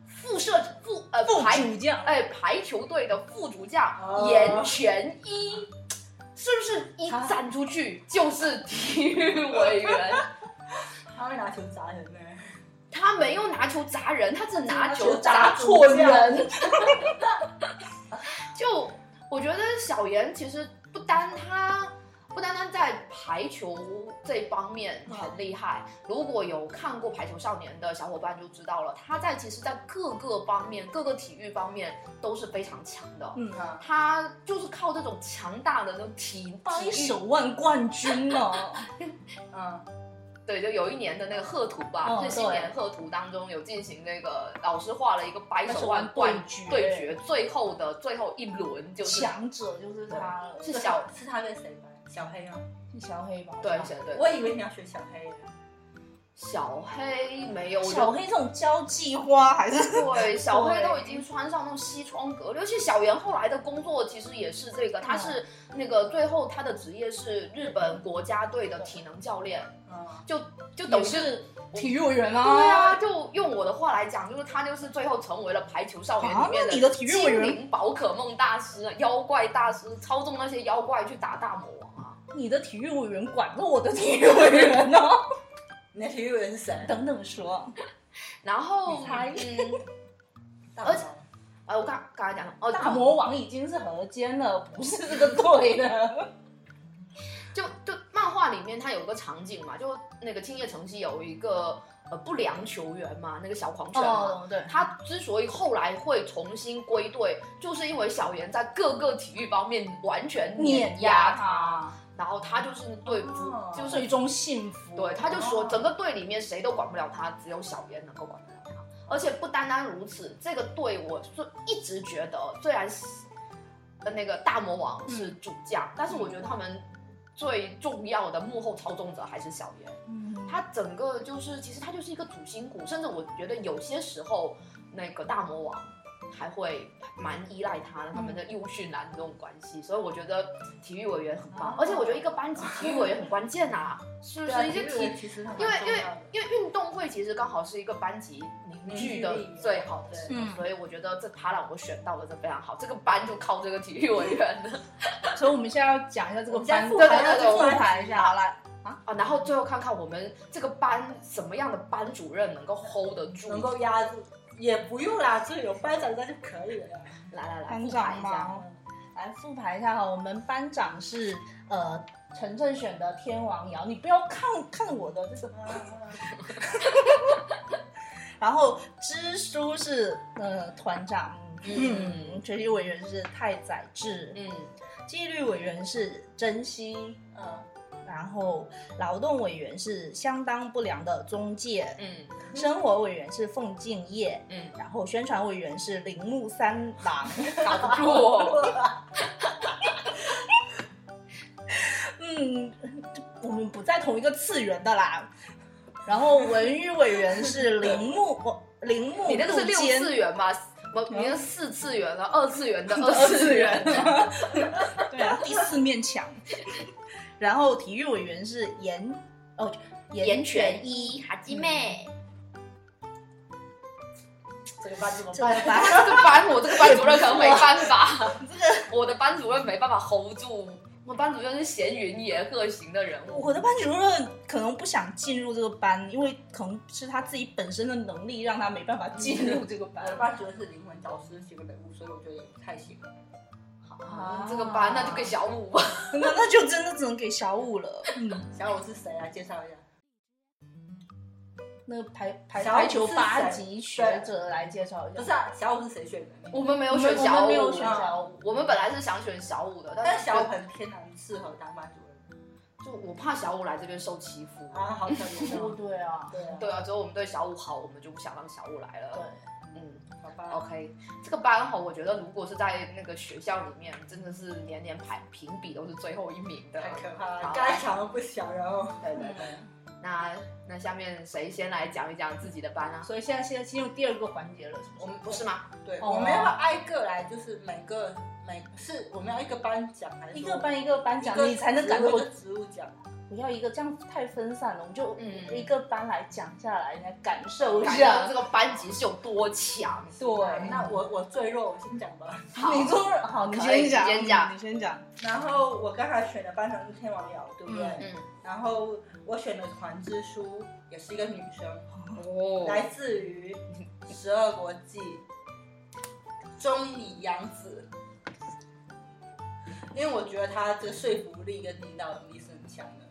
B: 副社副呃
A: 副
B: 排
A: 主将，
B: 哎排球队的副主将
C: 哦
B: 岩泉一。是不是一
C: 他
B: 站出去就是体育委员？ [LAUGHS]
C: 他会拿球砸人呢，
B: 他没有拿球砸人，他只拿球
C: 球
B: 砸
C: 砸
B: 错
C: 主将
B: 人。 [LAUGHS] 就我觉得小严其实不单他不单单在排球这方面很厉害，如果有看过《排球少年》的小伙伴就知道了，他在其实在各个方面、各个体育方面都是非常强的。
A: 嗯，
C: 啊，
B: 他就是靠这种强大的那种体
A: 掰
B: 体育
A: 手腕冠军呢，
C: 嗯，
B: 对，就有一年的那个贺图吧，
A: 嗯
B: 是新年贺图当中有进行那个老师画了一个白手腕
A: 对
B: 冠
A: 决，
B: 对决，最后的最后一轮就是
A: [LAUGHS] 强者就是他了，
B: 是小
C: 是他跟谁掰？小黑啊，
A: 是小黑吧？
B: 对选对
C: 我以为你要选小黑，
B: 小黑没有
A: 小黑这种交际花还是
B: 对小黑都已经穿上那种西装革履，而且小严后来的工作其实也是这个，他是
A: 嗯
B: 那个最后他的职业是日本国家队的体能教练，
C: 嗯，
B: 就就等于
A: 也
B: 是
A: 是体育委员啊？
B: 对啊，就用我的话来讲，就是他就是最后成为了排球少年
A: 啊
B: 里面
A: 那你的体育委
B: 精
A: 员
B: 灵宝可梦大师、妖怪大师，操纵那些妖怪去打大魔王啊！
A: 你的体育委员管着我的体育委员呢？ [LAUGHS]
C: 你的体育人是谁？
A: 等等说，
B: 然后
A: 你猜
B: 嗯，
C: 大
B: 而
C: 而
B: 且呃，我刚刚才讲了哦，
A: 大魔王已经是河间了，不是这个队的。
B: 就就漫画里面它有一个场景嘛，就那个青叶城西有一个呃不良球员嘛，那个小狂犬嘛。，
A: 哦对，
B: 他之所以后来会重新归队，就是因为小严在各个体育方面完全
A: 碾
B: 碾
A: 压
B: 压
A: 他，
B: 然后他就是对服，
C: 哦
B: 就
A: 最
B: 是
A: 终幸福。
B: 对，他就说
C: 哦
B: 整个队里面谁都管不了他，只有小严能够管得了他。而且不单单如此，这个队我就一直觉得，虽然是呃那个大魔王是
C: 嗯
B: 主将，但是我觉得他们最重要的幕后操纵者还是小严。
A: 嗯
B: 他整个就是，其实他就是一个主心骨，甚至我觉得有些时候那个大魔王还会蛮依赖他的，他
C: 嗯
B: 们的优训男这种关系，所以我觉得体育委员很棒，
C: 哦
B: 而且我觉得一个班级体育委员很关键啊，是不是？一些
C: 体育
B: 体
C: 人其实很
B: 因为
C: 重要的
B: 因为运动会其实刚好是一个班级凝聚的
C: 凝聚力
B: 最好的时候
A: 嗯，
B: 所以我觉得这他让我选到了，这非常好，这个班就靠这个体育委员了 [LAUGHS]
A: 所以我们现在要讲一下这个
C: 我们现在
A: 班
C: 复
B: 盘
A: 对
B: 了
A: 对对
B: 复
A: 复盘一下，好来，
B: 啊。然后最后看看我们这个班什么样的班主任能够 hold 得住，
C: 能够压住，也不用啦，就有班长在就可以了。
B: 来来来，
A: 班
B: 复盘
A: 长
B: 一下。
A: 嘛，来复盘一下哈，我们班长是呃陈正选的天王瑶，你不要看看我的这 [LAUGHS] 个。然后支书是呃团长，
B: 嗯
A: 嗯，学习委员是太宰治，
B: 嗯，
A: 纪律委员是珍惜，
C: 嗯，
A: 然后劳动委员是相当不良的中介，
B: 嗯
A: 生活委员是奉敬业，
B: 嗯，
A: 然后宣传委员是铃木三郎，
B: 打不住
C: [LAUGHS]
B: 哦。
A: 嗯，我们不在同一个次元的啦。然后文娱委员是铃木，哦铃木
B: 你那个是六
A: 渡间
B: 次元吧？不，你那个四次元了，二次元的二
A: 二
B: 次
A: 次元
B: 元。，啊
A: 对 [LAUGHS] 啊，第四面墙。然后体育委员是岩哦岩
B: 岩泉一哈基妹，
C: 这个班怎么
A: 这个
C: 办？
A: 班
B: 这个班我这个班主任可能没办法，这个我的班主任没办法 hold 住。我班主任是闲云野鹤型的人物，
A: 我的班主任可能不想进入这个班，因为可能是他自己本身的能力让他没办法进入这个班
C: [LAUGHS] 我。的班主任是灵魂导师型人物，所以我觉得也不太行。
B: 啊这个班那就给小五吧。
A: 那那就真的只能给小五了。嗯，
C: 小五是谁啊？介绍一下。
A: 那个排排
C: 小五
A: 排球
C: 是
A: 八
C: 谁
A: 级学者来介绍一下。
C: 不是啊，小五是谁选的？
B: 我们没
A: 我
B: 有
A: 们
B: 选
A: 我
B: 小
A: 们
B: 五，
A: 没有选
C: 啊
A: 小五，
B: 我们本来是想选小五的，
C: 但
B: 但
C: 是
B: 是
C: 小五很天然适合当班主任
B: 就我怕小五来这边受欺负。
C: 啊，好可怜
A: 不
C: 哦。
A: 对啊，
C: 对啊，
B: 对啊，只有我们对小五好，我们就不想让小五来
A: 对
B: 了。，嗯
C: 好吧。
B: ，OK，这个班哈，我觉得如果是在那个学校里面，真的是年年排评比都是最后一名的
C: 太。可怕了，
B: 好
C: 该强的不强，然后
B: 对
A: 嗯
B: 对对。那那下面谁先来讲一讲自己的班啊？
A: 所以现在现在进入第二个环节了，是
B: 我
A: 不是？
B: 们不是吗？
C: 对，
A: 哦
C: 我们要不要挨个来？就是每个每是我们要一个班奖还是
A: 一
C: 说
A: 个班一个班
C: 一
A: 讲，
C: 个
A: 你才能感
C: 职
A: 动
C: 位。职务奖？
A: 不要一个这样太分散了，我们就
B: 嗯
A: 一个班来讲下来，来感受一
B: 感
A: 下
B: 觉这。个班级是有多强？
A: 对
C: 那我我最弱，我先讲 [LAUGHS] 吧。
B: 好，
A: 你做好，你
B: 可以
A: 先讲，
B: 你先讲
A: 你先讲。
C: 然后我刚才选的班长是天王瑶，对不对？
B: 嗯
C: 然后我选的团支书也是一个女生，
B: 哦
C: 来自于十二国际中里洋子，因为我觉得她这个说服力跟领导能力是很强的，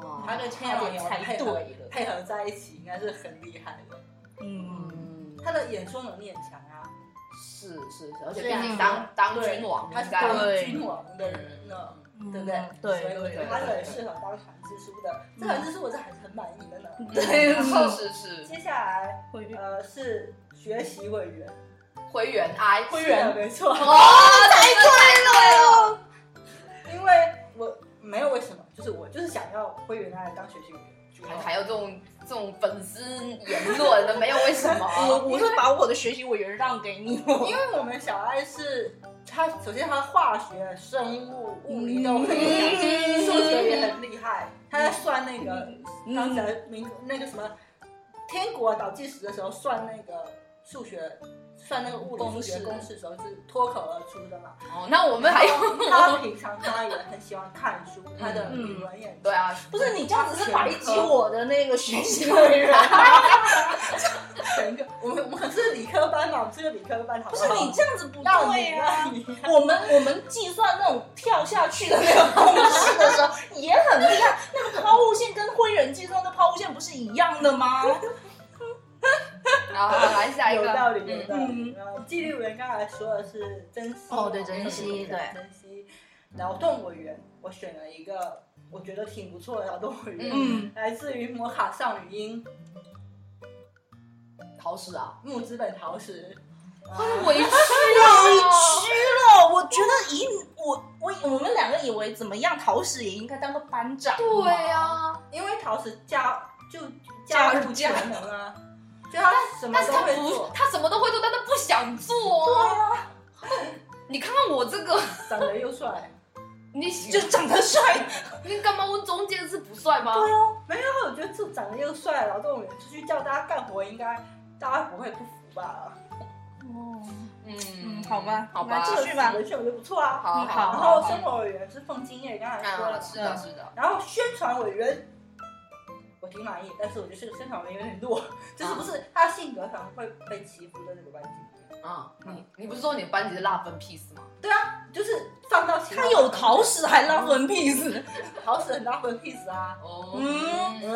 B: 哦
C: 她跟天王瑶
A: 才
C: 配
A: 对
C: 合
A: 了。
C: 配合在一起应该是很厉害的。
A: 嗯，
B: 嗯，
C: 她的演说能力很强啊，
B: 是是是，而且毕
C: 虽然
B: 竟当当
C: 对
B: 君王，
C: 她是
B: 应该 [LAUGHS]
C: 当
A: 对
C: 君王的人呢。嗯对不对？所以我
A: 嗯对嗯
C: 觉得她是很适合当团支书的。这团支书我是很很满意的 [LAUGHS] 呢。
A: 对
B: 嗯是是是，
C: 接下来
A: 对，
C: 呃是学习委员，
B: 回原哀，
A: 回
C: 是的没
B: [LAUGHS]
C: 错。
B: 哦，太对了，
C: 因为我没有为什么，就是我就是想要会员来当学习委员。
B: 还还有这种这种粉丝言论的，没有为什
A: 我
B: 么，
A: 我会把我的学习委员让给你哦。
C: 因为我们小爱是他，首先他化学、生物、物理都很厉害，
A: 嗯
C: 数学也很厉害。他在算那个
B: 嗯
C: 当时的民那个什么天国倒计时的时候，算那个数学，算那个物理数学
A: 公式
C: 公式的时候是脱口而出的嘛。
B: 哦，那我们还有
C: 他平常他也很喜欢看书，他的
A: 嗯
C: 语文也很
B: 对啊，
A: 不是你这样子是排挤
C: 全科
A: 我的那个学习委
B: [LAUGHS]
A: 员，
C: 整个我们我们是理科班嘛，我们是个理科班，好
A: 不
C: 好？
A: 是你这样子不
C: 让
A: 对
C: 你
A: 啊。
C: 让你
A: 我们我们计算那种跳下去的那个公式的时候也很厉害，那个抛物线跟灰人计算的抛物线不是一样的吗？
B: 然后来下一
C: 有
B: 个，
C: 道理，有
B: 嗯
C: 道理。然后纪律委员刚才说的是珍惜
A: 哦对珍惜对
C: 珍惜。劳动委员，我选了一个我觉得挺不错的劳动委员，
A: 嗯
C: 来自于摩卡少女樱
B: 桃矢啊，
C: 木之本桃矢。
B: 很
A: 嗯
B: 委屈
A: 委
B: 啊，
A: 屈了，我觉得以我我我们两个以为怎么样，桃矢也应该当个班长。
B: 对啊呀，
C: 啊因为桃矢加就加
A: 加
C: 入
A: 入
C: 全能
A: [LAUGHS]
C: 啊，就他什么
B: 但是
C: 都
B: 他
C: 会
B: 不
C: 做，，
B: 他什么都会做，但他不想做啊。你看看我这个，
C: 长得又帅。
B: 你
A: 就长得帅，
B: 你干嘛问中间是不帅吗？
C: 但我觉得这长得又帅的劳动委员出去叫大家干活，应该大家不会不服吧？
B: 嗯
A: 嗯好吧
B: 好吧，
A: 那继续吧
C: 人选我觉得不错啊。
B: 好好
A: 嗯好嗯
C: 然后
B: 好
C: 生活委员是凤金叶，刚才说
B: 啊，
C: 了，
B: 是的，是的，
C: 然后宣传委员，我挺满意，但是我觉得这个宣传委员有点弱， [LAUGHS] 就是不是他性格上会被欺负的那个班级里面，
B: 啊，你你不是说你们班级是辣分 piece 吗？
C: 就是放到其
A: 他有
C: 桃
A: 桃矢还拉文 piece，
C: 桃子很大魂 piece 啊，
B: 哦，
A: 嗯
C: 嗯，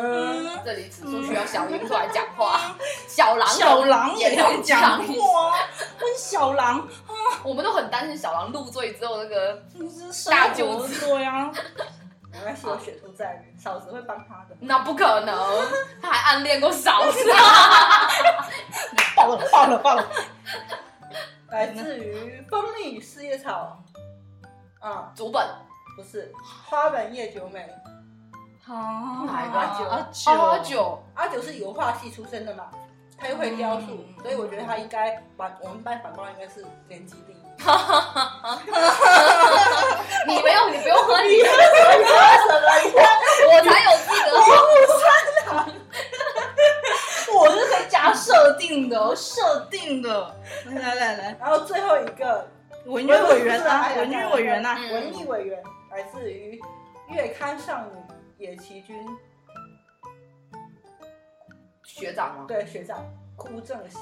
A: 嗯，
B: 这里此处需要小英出来讲话，小狼
A: 小狼也
B: 要
A: 有
B: 哦
A: 讲，过啊，问小狼
B: 我们都很担心小狼入赘之后那个
A: 你是
B: 大
A: 杀
B: 舅
A: 狗对啊，
C: 没关系，我雪兔在，嫂子会帮他的。
B: 那不可能，他还暗恋过嫂子，
A: 爆了爆了爆了，
C: 来自于蜂蜜四叶草，啊、
B: 竹本
C: 不是花本叶久美，
A: 好
B: 哪一个
A: 阿九
B: 哦九，
C: 阿九是油画系出身的嘛，他又会雕塑，
A: 嗯
C: 所以我觉得他应该把我们班反光应该是年级第
A: [LAUGHS]
C: 一。
B: 你没有，你不用喝你的，
C: 什么？你看
B: 我才有资格
A: [LAUGHS] 我是可以加设定的哦，设定的
B: 嗯
A: 啊
C: 啊那文艺委员来自于月刊少女野崎君
B: 学长吗？
C: 对学长哭正行。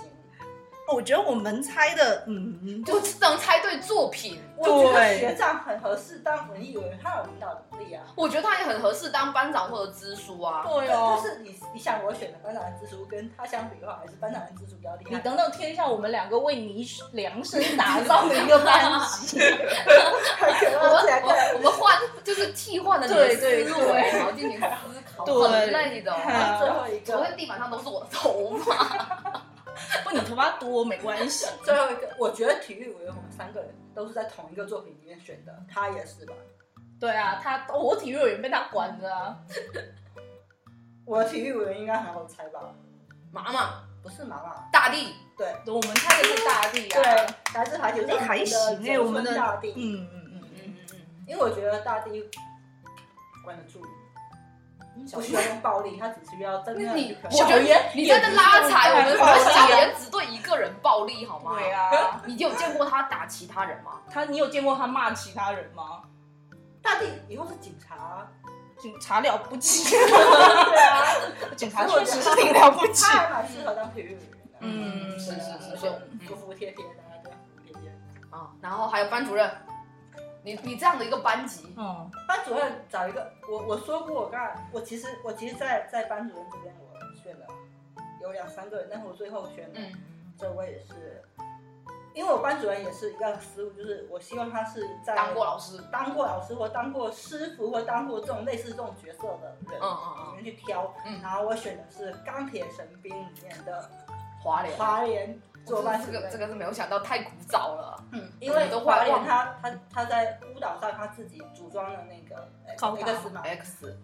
A: 我觉得我们猜的，嗯，
B: 就能猜对作品，
C: 我觉得
A: 对
C: 学长很合适当文艺委员，他有领导能力啊。
B: 我觉得他也很合适当班长或者支书
A: [LAUGHS]
B: 啊。
A: 对
C: 但
A: 哦。
C: 是你你想我选的班长的支书跟他相比的话，还是班长的支书比较厉
A: 你
C: 害。
A: 等等听一下，我们两个为你量身打造的一个班级，
C: [LAUGHS] 还可啊
A: [LAUGHS]
B: 我们
C: 能两
B: 我
C: 个人
B: 们我们换就是替换了你的
A: 对
B: 思
A: 啊对
B: 路，
A: 对
B: 然后进行思考，
A: 对
B: 很累的。
A: 看
C: 最后一
B: 昨
C: 个，
B: 天地板上都是我的头发，
A: 不，你头发多没关系。
C: 最后一个，我觉得体育委员我们三个人都是在同一个作品里面选的，他也是吧？
A: 对啊，他哦我体育委员被他管着啊。
C: 我体育委员应该很好猜吧？
B: 妈妈
C: 不是妈妈，
B: 大地，
C: 对
A: 我们猜的是大地啊。
C: 对，来自排球上
A: 还行
C: 的
A: 哎我们的
C: 大地，
A: 嗯嗯嗯
B: 嗯嗯嗯
C: 因为我觉得大地管得住，
B: 嗯，小
C: 不需要用暴力，他只需要真
B: 那
C: 的
B: 你
C: 去
B: 我觉
A: 嗯小
B: 得
A: 严
B: 你在这拉踩，我
A: 也不
B: 们
A: 是
B: 我们
A: 暴力
B: 小
A: 啊
B: 严只对一个人暴力好吗？
A: 对，啊，
B: 你有见过他打其他人吗？
A: 他你有见过他骂其他人吗？
C: 大地以后是警察 [LAUGHS] 啊，
A: 警察了不
C: [LAUGHS]
A: 起，
C: 对啊，
A: 警察确实是挺了不起。
C: 他还蛮适合当体育委员的，
A: 嗯
B: 是是是是
C: 就
B: 嗯
C: 服服帖帖的，大家都要服服帖帖。
B: 啊，然后还有班主任，你你这样的一个班级，
A: 嗯，
C: 班主任找一个，我我说过，我刚才我其实我其实在，在班主任这边我选了有两三个人，但是我最后选的
B: 嗯，
C: 这位是，因为我班主任也是一个思路，就是我希望他是在
B: 当过老师，
C: 当过老师或当过师傅或当过这种类似这种角色的人，
B: 嗯嗯嗯
C: 里面去挑。
B: 嗯
C: 然后我选的是《钢铁神兵》里面的
B: 华联，
C: 华联做班
B: 这
C: 主
B: 个这
C: 任，
B: 个是没有想到，太古早了。
C: 嗯，因为
B: 都
C: 华
B: 坏
C: 联
B: 忘了
C: 他他他在孤岛上他自己组装的那个呃
A: 高达
C: X 嘛，
B: X，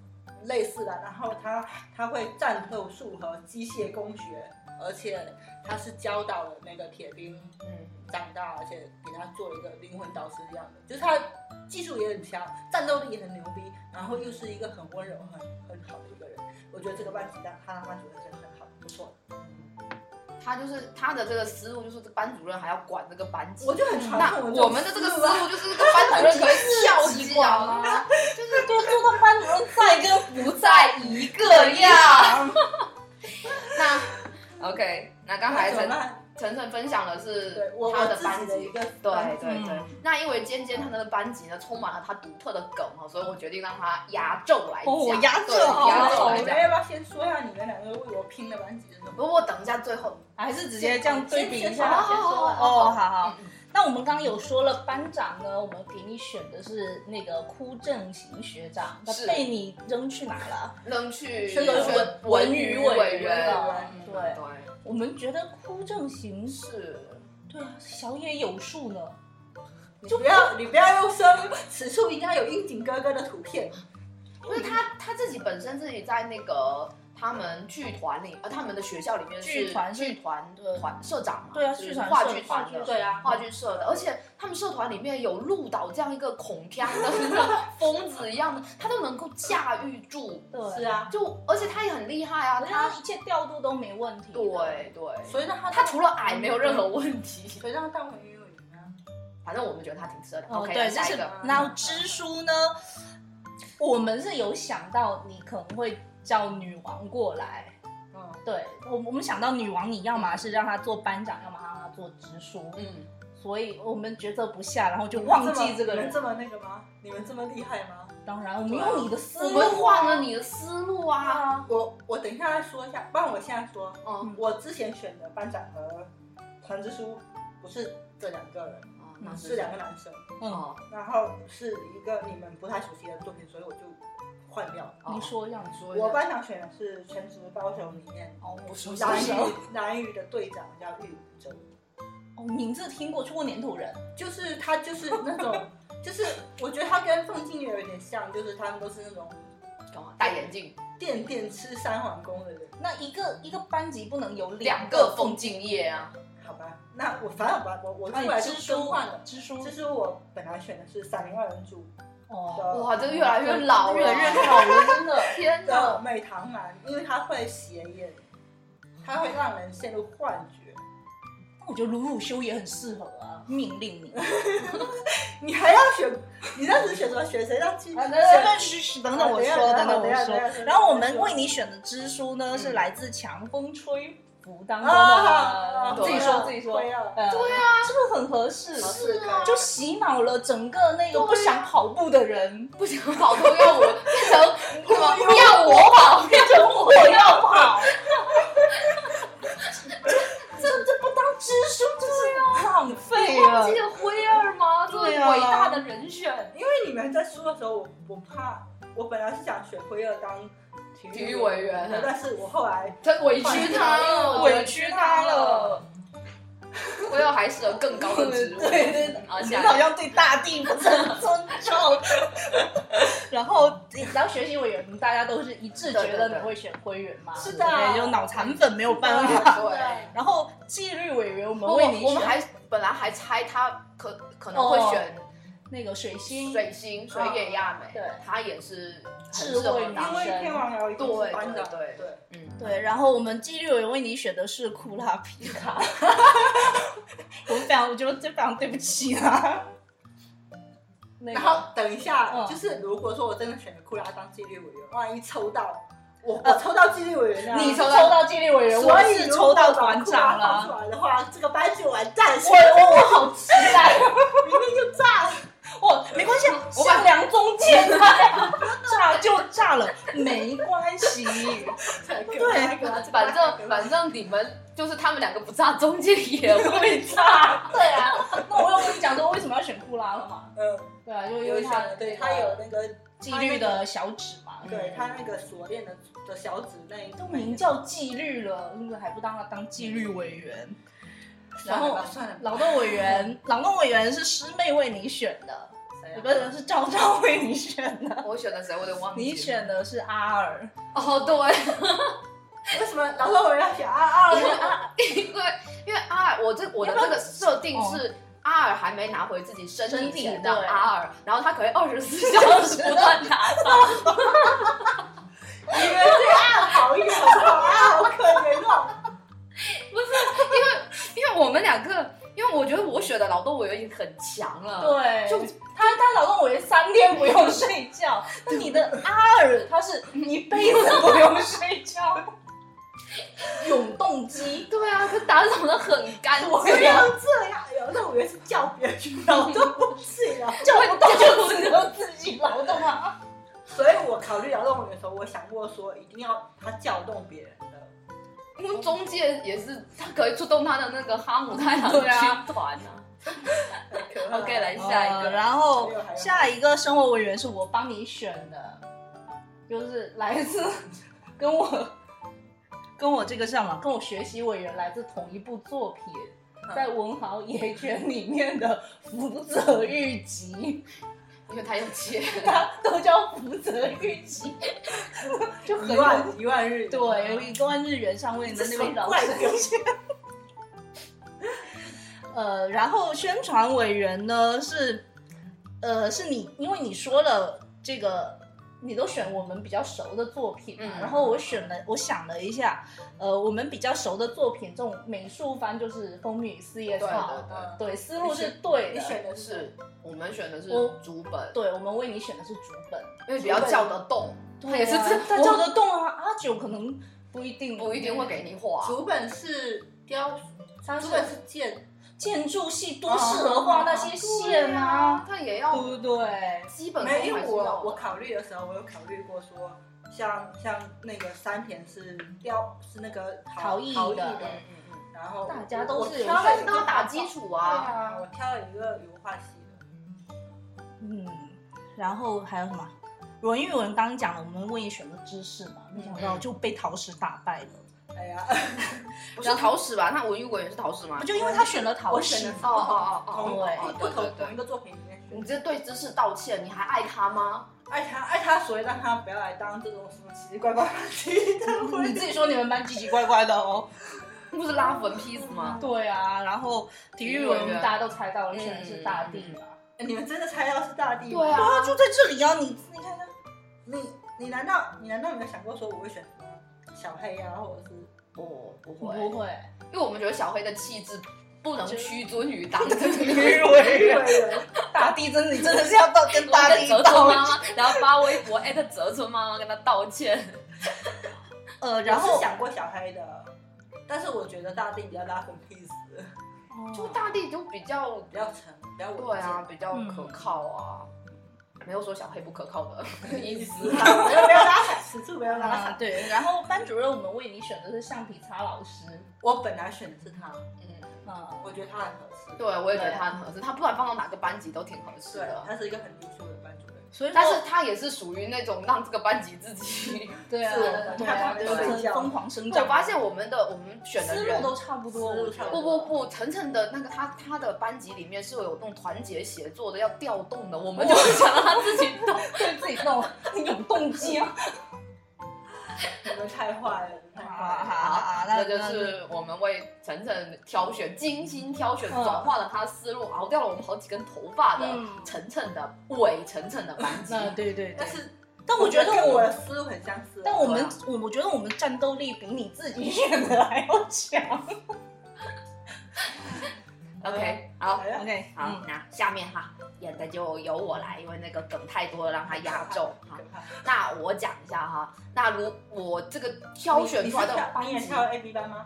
C: 类似的，然后他他会战斗术和机械工学，而且他是教导了那个铁兵
B: 嗯，
C: 长大，而且给他做了一个灵魂导师一样的，就是他技术也很强，战斗力也很牛逼，然后又是一个很温柔、很很好的一个人。我觉得这个班级当他当班主任是很好，不错。
B: 他就是他的这个思路，就是班主任还要管这个班级。
C: 我就很传
B: 那
C: 统，
B: 我们的这个思
C: 思路
B: 路就是这个班主任可以跳
A: 习
B: 级
A: 惯
B: 啊，
A: 了，就是多做到班主任在跟不在一个样。
B: 呀。 [LAUGHS] 那 OK，那刚才
C: 怎么
B: 陈
C: 办？
B: 晨晨分享的是
C: 对我
B: 他
C: 我
B: 的
C: 自己
B: 班
C: 的一
B: 级。
C: 个
B: 对
C: 班级
B: 对对，
A: 嗯
B: 那因为尖尖他的班级呢，充满了他独特的梗哦，所以我决定让他压轴来讲。
A: 哦压轴
B: 对
A: 好
C: 啊
B: 压轴
A: 好
B: 来
C: 你
B: 讲
C: 们。要不要先说一下你们两个为我拼的班级是什么？
B: 不过等一下最后，
A: 还是直接这样对比一
C: 先
A: 下。
C: 先说完
A: 哦，好好。
B: 嗯
A: 那我们刚刚有说了，班长呢，我们给你选的是那个哭正行学长，那
B: 是
A: 被你扔去哪了？
B: 扔去
C: 是文
B: 文
A: 文
B: 娱
A: 娱
B: 委
A: 委
B: 员
A: 员
C: 了
B: 嗯
A: 对我们觉得哭正行是
B: 是
A: 对啊，小野有数呢。
C: 你不要，你不要用声，此处应该有樱井哥哥的图片。
B: 因为他他自己本身自己在那个他们剧团里，呃，他们的学校里面是
A: 剧团是
B: 剧团
A: 对
B: 团社长嘛，
A: 对啊
B: 是
A: 剧团
B: 话
A: 社
B: 剧团
A: 话剧
B: 的，
A: 社对啊
B: 话剧社的，而且他们社团里面有鹿岛这样一个恐腔的疯子一样的，他都能够驾驭住，
A: 对，
C: 是啊，
B: 就而且他也很厉害啊，他
A: 他一切调度都没问题。
B: 对，对，
C: 所以让他
B: 他除了矮没有任何问题，
C: 所以让他当文娱委员啊。
B: 反正我们觉得他挺适合的。
A: 哦
B: OK，
A: 对，这
B: 下一
A: 是
B: 个。
A: 那支书呢？我们是有想到你可能会叫女王过来，
C: 嗯，
A: 对我我们想到女王，你要么是让她做班长，要么让她做支书，
B: 嗯，
A: 所以我们抉择不下，然后就忘记这个
C: 你
A: 人
C: 们。这么啊那个吗？你们这么厉害吗？
A: 当然，我们用你的
B: 我
A: 思
B: 们
A: 路
B: 换
A: 啊
B: 了你的思路啊。
C: 我我等一下再说一下，不然我现在说，
B: 嗯，
C: 我之前选的班长和团支书不是这两个人，
B: 那
C: 是两个男生，
A: 嗯，
B: 哦，
C: 然后是一个你们不太熟悉的作品，所以我就换掉了。
A: 你说让
B: 说一下
C: 哦我班长选的是《全职高手》里面
A: 哦，我
B: 熟悉
C: 男
A: 男
C: 语
A: 生
C: 男语的队长叫玉武周。
A: 哦，名字听过，去过粘土人，
C: 就是他就是那种，就是我觉得他跟凤静月有点像，就是他们都是那种
B: 干嘛戴眼镜？
C: 垫垫吃三皇宫的人，
A: 那一个一个班级不能有
B: 两
A: 个
B: 个风敬业啊。
C: 好吧？那我反正吧，我我
A: 那
C: 出来
A: 啊你
C: 就
A: 支
C: 是更
A: 书
C: 换了。
A: 支书
C: 就是我本来选的是《闪灵二人组
A: 哦，
C: 的
B: 哇，这个越来越老了，
A: 越来越老了，真的。
B: [LAUGHS] 天
C: 的
B: 哪！
C: 美棠男，因为他会斜眼，他会让人陷入幻觉。
A: 那我觉得鲁鲁修也很适合啊。命令你，
C: 你还要选，你那时选什么？选谁让去？
A: 啊等
C: 选
A: 等等我说，等等我说。然后我们为你选的支书呢，
B: 嗯
A: 是来自强风吹拂当中
C: 啊
A: 的，，
B: 对
A: 自己说自己说，
C: 会啊
A: 嗯对啊，是不是很合适？啊
C: 合适
B: 是啊
A: 就洗脑了整个那个不想跑步的人，
B: 不想跑都要我变
A: [LAUGHS]
B: 成什
A: 啊
B: 么？不要我跑，
A: 变成我要跑。这这这不当支书就是浪费了
B: 记。得灰二吗？这么
A: 对啊
B: 伟大的人选，
C: 因为你们在说的时候，我我怕，我本来是想选辉儿当体
B: 体育委员
C: 的但是我后来
B: 他委屈他了，
A: 委屈他了。
B: 灰二还适合更高的职位。
A: 对 [LAUGHS] 对对
B: 啊，
A: 你
B: 下一个
A: 好像对大地不是很尊 [LAUGHS] 重。然后，然后学习委员大家都是一致觉得你会选灰原吗？
C: 是的
A: 对就脑残粉没有办
C: 是
A: 法。
C: 的
B: 对，
A: 然后纪律委哦员，我们
B: 我
A: 为你
B: 我们
A: 选
B: 还本来还猜他可可能会
A: 哦
B: 选
A: 那个水星，
B: 水星、水野亚美，
A: 对
B: 他也是很
A: 智慧
B: 适合
C: 因
B: 当
C: 为
A: 女生
C: 天王瑶一定是班长，
B: 对对对
C: 对，
B: 嗯，
A: 对，然后我们纪律委员为你选的是库拉皮卡， [LAUGHS] 我非常，我觉得这非常对不起他。那
C: 然
A: 个
C: 后等一下，
A: 嗯
C: 就是如果说我真的选了库拉当纪律委员，万一抽到我，我抽到纪律委员那样，
A: 你是
B: 抽
A: 抽
B: 到
A: 到纪律委员，
C: 所
A: 我
C: 以
A: 是
C: 如
A: 抽
C: 果
A: 到
C: 把
A: 团
C: 库拉
A: 长
C: 放
A: 了。
C: 出来的话，这个班就完蛋，
A: 我我我哦好期待。哦
C: 明天就炸了。
A: 我没关 [LAUGHS] 系，
B: 我
A: 上梁中间 [LAUGHS] 啊，炸就炸了，没关系。
C: 对
B: 反正反正你们就是他们两个不炸，中介 [LAUGHS] 也会炸。
A: 炸， [LAUGHS] 对啊。那我有跟你讲说为什么要选库拉了吗？
C: 嗯，
A: 对啊，就因
C: 因
A: 为
C: 为
A: 他
C: 他对他有那个，
A: 纪律的小指嘛，
C: 对他那个锁链的的小指那一
A: 都名叫纪律了，那个还不当他当纪律委员。然
C: 算了
A: 后
C: 吧，算了吧，
A: 劳动委员，劳动委员是师妹为你选的，
C: 谁啊
A: 不
C: [LAUGHS]
A: 是是昭昭为你选的，
B: 我选的谁我有点忘记。
A: 你选的是阿尔。
B: 哦，对，
C: 为什么劳动委员要选二二
B: 因为
A: [LAUGHS]
C: 呢？
B: 阿，因为因为阿尔，我这我的这个设定是。阿尔还没拿回自己身体前的
A: 身体对
B: 阿尔，然后他可以二十四小时不断拿到。
C: 你们对二好一点好不好？
A: [LAUGHS]
C: 二好可怜哦。
B: 不是因为因为我们两个，因为我觉得我选的劳动委员已经很强了。
A: 对，
B: 就
A: 他他老公我三天不用睡觉，那你的阿尔他是一辈子不用睡觉，永动机。
B: 对啊，可打扫的很干净。
C: 不要这样，劳动委员是叫别人去劳动，不啊是劳动。
A: 叫不动就只能自己劳动啊！
C: [LAUGHS] 所以我考虑劳动委员的时候，我想过说一定要他叫动别人的。
B: 因为中介也是他可以触动他的那个哈姆太郎
A: [LAUGHS] 对啊呃
B: 军团啊。
C: 可怕
B: OK，来下一个，
A: 然后
C: 还有还有
A: 下一个生活委员是我帮你选的，就是来自跟我跟我这个上嘛，跟我学习委员来自同一部作品，
C: 嗯
A: 在《文豪野犬》里面的福泽谕吉。
B: 因为他有钱。
A: 他 [LAUGHS] 都叫福泽谕吉，就很
C: 哦一万一万日元，啊
A: 对，有一万日元上位的那位老
C: 这什么
A: 师。呃，然后宣传委员呢是，呃，是你，因为你说了这个，你都选我们比较熟的作品嘛，
B: 嗯
A: 然后我选了，我想了一下，呃，我们比较熟的作品，这种美术番就是《蜂蜜与四叶草
B: 对对》
C: 嗯
A: 对，思路是
C: 你选
A: 对
C: 你
A: 的。
C: 选的是
B: 是我们选的是
A: 我
B: 主本，
A: 对，我们为你选的是主本，
B: 因为比较叫得动，
A: 对
B: 他也是
A: 啊
B: 这
A: 他叫得动啊，阿九可能不一定
B: 不一定会给你画。
C: 主本是雕，
A: 他
C: 主本是剑，
A: 建筑系多适合画那些线啊，，
B: 他也
A: 对
B: 要
A: 不对？
B: 基本功还
C: 没
B: 是
C: 有
B: 要
C: 我我
B: 的。
C: 考虑的时候，我有考虑过说，像像那个山田是雕是那个
A: 陶
C: 陶
A: 艺
C: 陶艺
A: 的
B: 嗯
C: 的，
B: 嗯嗯
C: 然后
A: 大家都是有
C: 我挑了
B: 但
C: 一
B: 是
C: 个
B: 都要打基础啊，
C: 啊，我挑了一个油画系的。
A: 嗯，然后还有什么？文语文刚刚讲了，我们为你选的知识嘛，没想到就被陶石打败了。
C: 哎呀，
B: 不是陶瓷吧？那文艺委员是陶瓷吗
A: 不？就因为他哦选了陶
C: 我选
A: 石
C: 的是，
B: 哦哦哦
C: 同
A: 对
C: 同不
B: 对对
C: 同
B: 对
C: 同一个作品里面选
B: 你这对知识道歉，你还爱他吗？
C: 爱他爱他，所以让他不要来当这种什么奇奇怪怪的奇的 [LAUGHS] 我
A: 你自己说你们班奇奇怪怪的哦。
B: 不是拉粉 piece 吗？
A: [LAUGHS] 对啊，然后体
B: 体育
A: 育委
B: 委
A: 员
B: 员
A: 大家都猜到了，选的是大地嘛。
C: 你们真的猜到是大地吗？
B: 对啊
A: 啊，就在这里啊，你你看看，
C: 你你难道你难道没有想过说我会选什么小黑呀、或者是
B: 哦我不会，
A: 不会。
B: 因为我们觉得小黑的气质不能屈尊 [LAUGHS] 于党的
A: 体育委
C: 对
A: 员， [LAUGHS]
C: 对
A: 大地真的，你真的是要到跟
B: 我
A: 大
B: 跟
A: 地
B: 泽村
A: 道
B: 妈妈，然后发微博艾特泽村妈妈跟她道歉。
A: 呃，
C: 然
A: 然
C: 后
A: 后
C: 想过小黑的，但是我觉得大地比较拉分 peace，
A: 哦
B: 就大地就比较
C: 比较沉，比较稳健。
B: 对啊，比较
A: 嗯
B: 可靠啊，没有说小黑不可靠 [LAUGHS] 的意思。
C: [LAUGHS]
B: 嗯
C: 没有没有拉踩，此处没有拉
A: 啊
C: 踩。
A: 对，然后班主任我们为你选的是橡皮擦老师，
C: 我本来选的是他，
B: 嗯，
A: 嗯，
C: 我觉得他很合适。
B: 对，啊我也觉得他很合适，他不管放到哪个班级都挺合适
C: 对，
B: 的。
C: 他是一个很优秀的班主任。
A: 所以
B: 但是
A: 说
B: 他也是属于那种让这个班级自 [LAUGHS] 己。
A: 对啊，
C: 是
A: 对
C: 我
A: 啊
C: 们
A: 对
C: 看
A: 啊，
C: 他们
A: 就是
C: 睡觉
A: 疯狂生
B: 我
A: 长，
B: 发现我们的我们选的
A: 思
B: 人
A: 路都差不多，
C: 思路
A: 我觉
C: 差
A: 得
B: 不不不，晨晨的那个他他的班级里面是有那种团结协作的，要调动的，我们就会想让他自己动。
A: [LAUGHS] 对自己弄 [LAUGHS] 有动机啊，
C: 你们太坏了，你们太坏了。
A: 好啊那
B: 这就是我们为晨晨挑选、精心挑选、
A: 嗯
B: 转换了他的思路，熬掉了我们好几根头发的
A: 嗯
B: 晨晨的伪晨晨的班级。
A: 那对对对
C: 但，是，
A: 但我觉得
C: 跟我的
A: 我。
C: 思路很相似。
A: 但我们
B: 对啊，
A: 我我觉得我们战斗力比你自己选的还要 [LAUGHS] 强。
B: OK，好，
C: 哎呀
A: OK，
B: 好，
A: 嗯，
B: 那下面哈演的就由我来，因为那个梗太多了，让他压轴哈
C: 可。怕
B: 那我讲一下哈，那如我这个挑选出来的
C: 你是跳
B: 班
C: 你也
B: 级，
C: 跳 A B 班吗？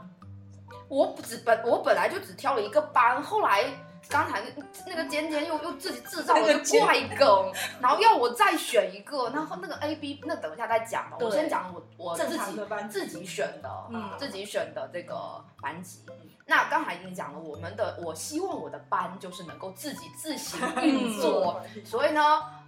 B: 我只本我本来就只挑了一个班，后来刚才那那个尖尖又又自己制造了
A: 那
B: 一
A: 个
B: 个
A: 尖
B: 怪梗，然后要我再选一个，然后那个 A B 那等一下再讲吧，
A: 对
B: 我先讲我我哦自
C: 正常
B: 己
C: 的班啊
B: 自己选的，
A: 嗯
B: 自己选的这个班级。那刚才已经讲了，我们的我希望我的班就是能够自己自
A: [LAUGHS]
B: 行
C: 嗯
B: 运作，所以呢，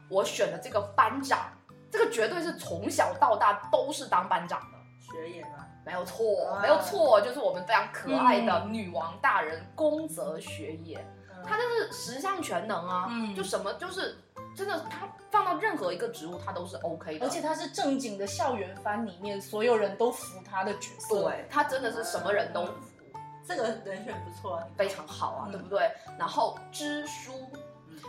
B: 我选的这个班长，这个绝对是从小到大都是当班长的。
C: 学野吗？
B: 没有错，
C: 哇
A: 嗯
B: 没有错，就是我们非常可爱的女王大人宫泽学也，
C: 嗯
B: 她就是十项全能啊，
A: 嗯
B: 就什么就是真的，她放到任何一个职务她都是 OK 的，
A: 而且他是正经的校园番里面所有人都服他的角色。
B: 对她真的是什么人都服，
C: 这个人选不错啊，
B: 非常好啊，
A: 嗯
B: 对不对？然后知书
C: 嗯。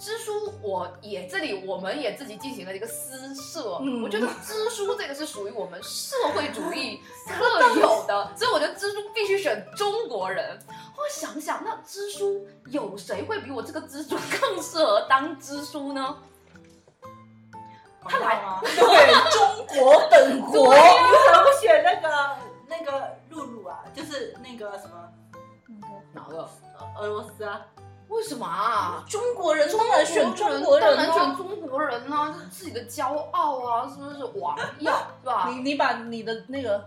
B: 知书，我也这里我们也自己进行了一个私设，
A: 嗯
B: 我觉得知书这个是属于我们社会主
A: [LAUGHS]
B: 义特有的， [LAUGHS] 所以我觉得知书必须选中国人。我想想，那知书有谁会比我这个知书更适合当知书呢？他来
C: 吗？
A: 对，中国本国
C: 我
B: 哦
C: 你为什么不选那个那个露露啊？就是那个什么
B: 哪个？
C: 俄罗斯啊？
B: 为什么啊？
A: 中国人当然选中国
B: 当
A: 人
B: 然选
A: 哦。
B: 中国人啊，这是自己的骄傲啊，是不是王耀是吧？
A: 你你把你的那个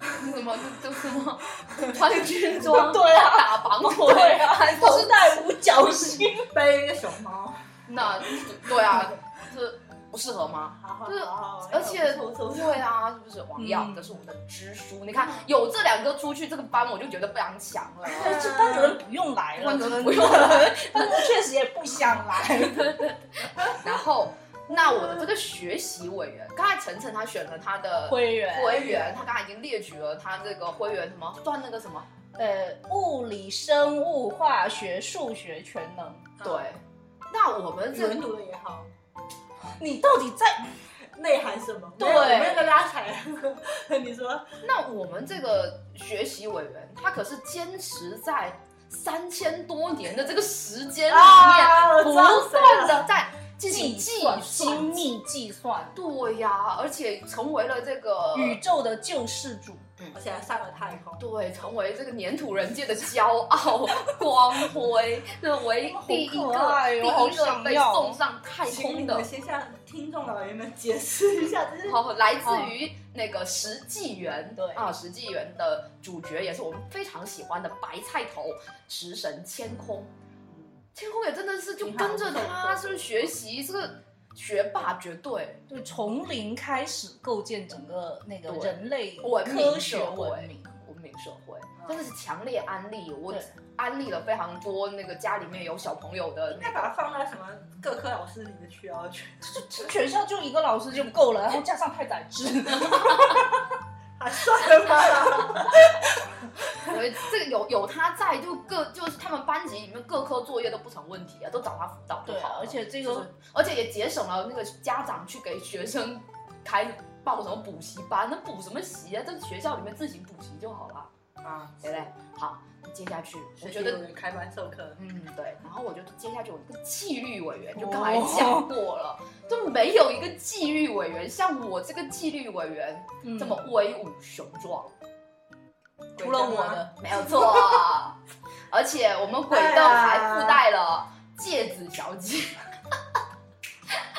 B: 什么这这什么 [LAUGHS] 穿军装，
A: [LAUGHS] 对啊
B: 打绑腿，
A: [LAUGHS] 对啊
B: 还不
A: 头
B: 是
A: 戴五角星，
C: 背一个熊猫，
B: 那对啊，这不适合吗？
C: 好好
B: 就是
C: 好好，
A: 哎
B: 而且
C: 不错不错
B: 对啊，是不是王耀
A: 嗯？
B: 这是我们的支书，你看有这两个出去，这个班我就觉得非常强
A: [LAUGHS]
B: 了。
C: 对
A: 这班主任不用来了，
B: 班主任
A: 不
B: 不
A: 用
B: 用
A: [LAUGHS] 来，班主任确实也不想来。
B: 然后，那我的这个学习委员，刚才晨晨他选了他的
A: 灰原，
B: 灰原，他刚才已经列举了他这个灰原什么算那个什么，
A: 呃，物理、生物、化学、数学全能，
B: 对。那我们这
C: 轮读的也好，
A: 你到底在？
C: 内涵什么？
B: 对
C: 没有我们那个拉踩， [LAUGHS] 你说
B: 那我们这个学习委员，他可是坚持在三千多年的这个时间里面，
C: 啊我
B: 不
C: 知道谁
B: 断
C: 了
B: 的在进行计
A: 算、
B: 算
A: 精。密计算，
B: 对呀、而且成为了这个
A: 宇宙的救世主。
C: 而且还上了太空，
B: 对，成为这个粘土人界的骄傲、 [LAUGHS] 光辉，这唯第一
A: 好
B: 个、
A: 可爱哦
B: 第
A: 好
B: 一个
A: 想
B: 被
A: 要哦
B: 送上太
C: 请
B: 空
C: 你
B: 的
C: 们。先向听众老爷们解释一下，这是
B: 好，来自于那个石纪元，
A: 哦对
B: 啊，石纪元的主角也是我们非常喜欢的白菜头食神千空，千空也真的是就跟着
C: 你好
B: 他是不是学习，这个学霸绝对。
A: 就从零开始构建整个那个
B: 对
A: 人类
B: 文明
A: 科学
B: 社会
A: 文明。嗯
B: 文明社会真的是强烈安利，我安利了非常多那个家里面有小朋友的
A: [LAUGHS]
C: 应
B: 那
C: 该
B: 个
C: 把它放到什么各科老师里面去啊？我觉得
A: 全校就一个老师就够了，然后加上太宰治，
C: 还啊算
B: [LAUGHS]
C: 了吧。
B: 所以这个有有他在，就各就是他们班级里面各科作业都不成问题啊，都找他辅导就
A: [LAUGHS] 对啊
B: 好了
A: 而且这
B: 就
A: 个
B: 是而且也节省了那个家长去给学生开报什么补习班，那补什么习啊？在学校里面自行补习就好了。
C: 啊，
B: 对不对？好，接下去我
C: 学习
B: 觉
C: 委
B: 得。
C: 员开班授课，
B: 嗯，对，然后我就接下去我那个纪律委员就刚才讲过了，就没有一个纪律委员像我这个纪律委员
A: 嗯
B: 这么威武雄壮，
A: 除了我
C: 鬼灯吗
A: 呢，
B: 没有 [LAUGHS] 错。而且我们鬼灯还附带了戒指小姐，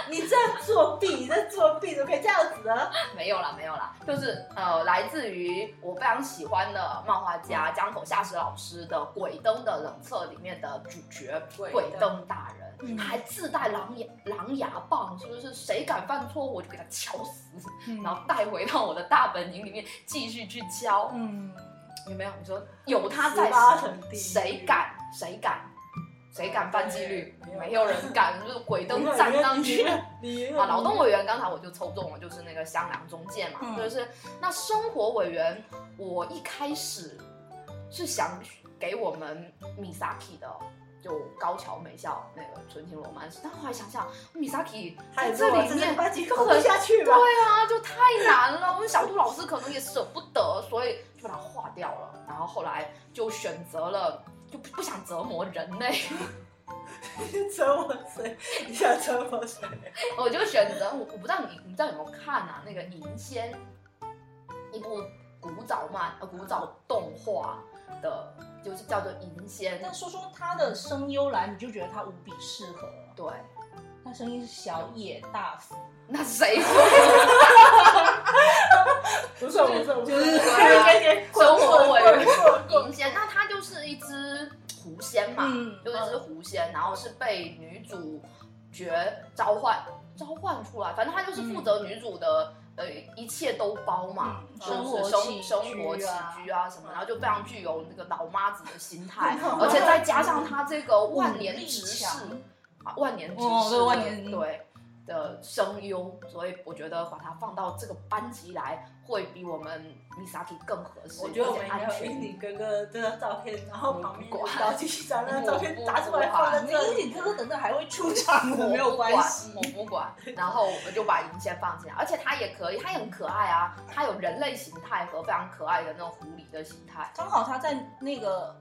C: 你这样作弊，你在作弊，怎么可以这样子呢？
B: 没有啦，没有啦，就是呃，来自于我非常喜欢的漫画家江口夏实老师的《鬼灯的冷册》里面的主角
C: 鬼
B: 鬼
C: 灯
B: 灯大人，
A: 嗯
B: 他还自带狼牙狼牙棒，是不是？谁敢犯错，我就给他敲死，
A: 嗯
B: 然后带回到我的大本营里面继续去敲。
A: 嗯，
B: 有没有？你说有他在
C: 十八层地狱
B: 谁敢？谁敢？谁敢犯纪律？
C: 对
B: 没有人敢，就是鬼灯
C: 你有
B: 站上去。
C: 你有
B: 啊，劳动委员刚才我就抽中了，就是那个香囊中介嘛，
A: 嗯
B: 就是那生活委员，我一开始是想给我们 Misaki 的。就高桥美校那个纯情罗曼史，但后来想想，Misaki
C: 还
B: 在
C: 有这
B: 这
C: 里
B: 里面
C: 面，关系
B: 就
C: 搞不
B: 很
C: 下去 [LAUGHS] 吧？
B: 对啊，就太难了。我们小杜老师可能也舍不得，所以就把它划掉了。然后后来就选择了，就不不想折磨人类，
C: 折磨谁？你想折磨谁？
B: 我就选择我我不知道你你知道有没有看啊？那个《银仙》，一部古早漫呃古早动画的，就是叫做《银仙》。
A: 但说说他的声优来，你就觉得他无比适合了。
B: 对，
A: 他声音是小野大辅，
B: 那
A: [LAUGHS]
B: 谁说
C: 不是不是不
A: 就是
C: 是，
B: 生活委员
C: 员
B: 银仙？那它就是一只狐仙嘛，
A: 嗯
B: 就是一只狐仙，然后是被女主角召唤召唤出来，反正他就是负责女主的、呃一切都包嘛，
A: 嗯
B: 就是
A: 生活起
B: 生
A: 居
B: 生活起
A: 啊
B: 居啊什么，然后就非常具有那个老妈子的心
A: [LAUGHS]
B: 态
C: 老，妈
B: 而且
C: 子
B: 再加上他这个万
A: 武
B: 年
A: 嗯力
B: 直视
A: 强
B: 啊，万年直视的、
A: 哦对万年
B: 对的声优，所以我觉得把它放到这个班级来，会比我们 Misaki 更合适，
C: 我觉得我
B: 而
C: 们
B: 且
C: 应该
B: 安
C: 要
B: 全
C: 印你哥哥这张照片，然后旁边
B: 我不管
C: 然后继续把那张照片打出来放在这
A: 你
C: 里。
A: 你哥哥等等还会出场
B: 我
A: 的，没有关系
B: 不。管我不管。然后我就把银仙放进来，而且它也可以，它也很可爱啊，它有人类形态和非常可爱的那种狐狸的形态。
A: 刚好他在那个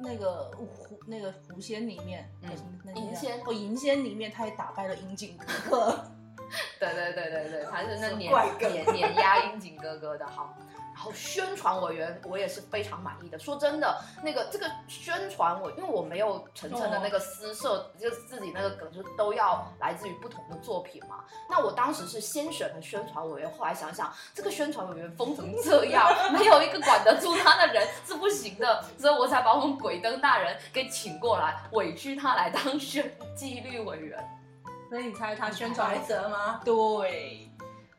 A: 那个狐那个狐仙里面，
B: 嗯
A: 还是那
B: 银仙
A: 哦银仙里面他也打败了樱井哥哥，
B: 对对对对对，它是那碾
C: 怪梗
B: 碾碾压樱井哥哥的哈。然后宣传委员我也是非常满意的，说真的，那个这个宣传我，因为我没有晨晨的那个私设，就是自己那个梗，就是都要来自于不同的作品嘛。那我当时是先选的宣传委员，后来想想这个宣传委员疯成这样， [LAUGHS] 没有一个管得住他的人是不行的，所以我才把我们鬼灯大人给请过来，委屈他来当宣纪律委员。
A: 所以你猜他宣传
C: 白泽吗？
A: 对，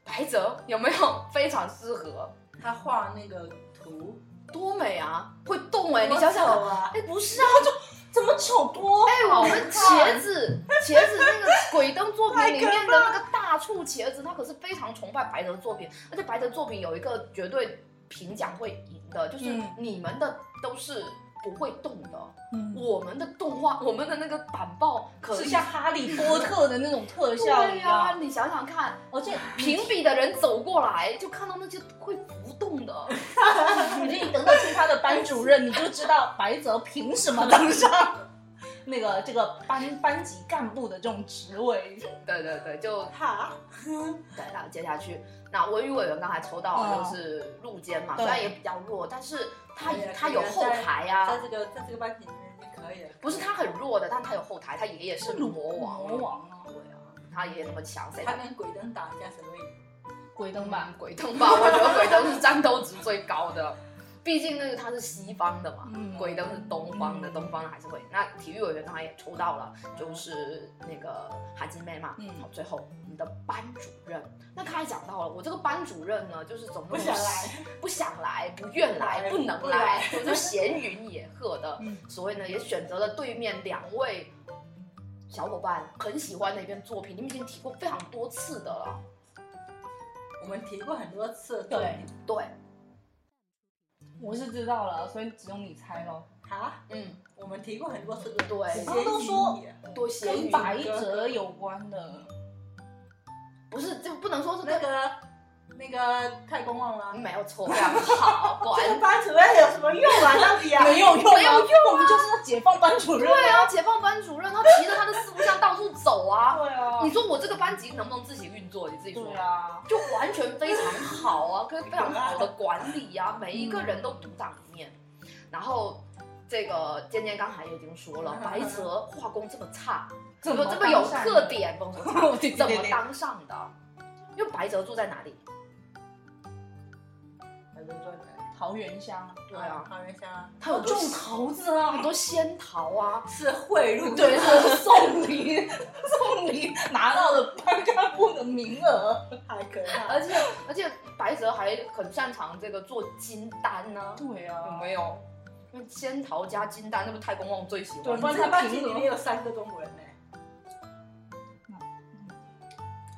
B: 白泽有没有 [LAUGHS] 非常适合？
C: 他画那个图，
B: 多美啊，会动哎、你想想，
C: 多丑啊，
B: 哎、不是啊，
A: [LAUGHS] 怎么丑多？
B: 哎、我们茄子，茄子那个鬼灯作品里面
C: 太
B: 的那个大处茄子，他可是非常崇拜白泽作品，而且白泽作品有一个绝对评奖会赢的，就是
A: 嗯
B: 你们的都是不会动的，
A: 嗯，
B: 我们的动画，我们的那个板报可
A: 是
B: 以
A: 像哈利波特的那种特效啊嗯
B: 对
A: 一
B: 呀、
A: 样，
B: 你想想看，
A: 而且
B: 评比的人走过来就看到那些会浮动
A: [LAUGHS]
B: 的。
A: 我觉得你等等听他的班主任，你就知道白泽凭什么当上那个这个班班级干部的这种职位。
B: 对对对，就
C: 哈，
B: 对，然后接下去，那文娱委员刚才抽到的就是入间嘛，
A: 对
B: 虽然也比较弱，但是他
C: 对
B: 他有后台啊
C: 在，这个在这个班级里面就可以了。
B: 不是他很弱的，但他有后台，他爷爷是魔王，
A: 魔王啊，
B: 对啊，他爷爷那么强，谁
C: 他
B: 敢
C: 跟鬼灯打架，谁会赢？
A: 鬼灯吧
B: 办？鬼灯吧？我觉得鬼灯是战斗值最高的，毕竟那个他是西方的嘛，
A: 嗯
B: 鬼灯是东方的，
A: 嗯
B: 东方的还是会。那体育委员刚才也抽到了，就是那个韩金妹嘛。
A: 嗯
B: 好，最后我们的班主任，那刚才讲到了，我这个班主任呢，就是总
C: 不想来，
B: 不想来，不愿来，不能
C: 不
B: 来
C: 来，
B: 我就闲云野鹤的
A: 嗯，
B: 所以呢，也选择了对面两位小伙伴很喜欢的一篇作品，你们已经提过非常多次的了，
C: 我们提过很多次，对，
B: 对，
A: 我是知道了，所以只有你猜咯。
C: 哈，
B: 嗯，
C: 我们提过很多次，对
B: 对
C: 直接
A: 他们都说
C: 赢你
B: 多闲
A: 跟
B: 云，
A: 白泽有关的，
B: 不是就不能说是
C: 那
B: 跟
C: 个那个太公望了。
B: 没有错，非常好，果
C: 这
B: 然
C: 个班主任有什么用啊？到底啊？
A: 没有用、啊，
B: 没有用
A: 我们就是要解放班主任、
B: 对啊，解放班主任他骑着他的四不像到处走啊。
C: 对啊，
B: 你说我这个班级能不能自己运作？你自己说
C: 对。啊，
B: 就完全非常好啊，跟非常好的管理啊，每一个人都独当一面。然后这个健健刚才也已经说了，白蛇画工这么差，怎么这么有特点？风格差怎么当上的？因为白蛇住在哪里？
C: 还在赚钱。
A: 桃源乡
B: 对啊，
C: 好人香
B: 他有种
A: 桃子啊
B: 很多仙桃啊，
C: 是贿赂，
A: 对，他送礼，送礼拿到了班干部的名额。
C: 太可怕了。
B: [LAUGHS] 而且而且白蛇还很擅长这个做金丹呢、
A: 对
B: 有
A: 啊，
B: 没有？因为仙桃加金丹，那不是太公望最喜
A: 对
B: 欢
A: 不
B: 的？
A: 然
C: 这
A: 他
C: 个班级
A: 平
C: 里
A: 和
C: 面有三个中国人呢、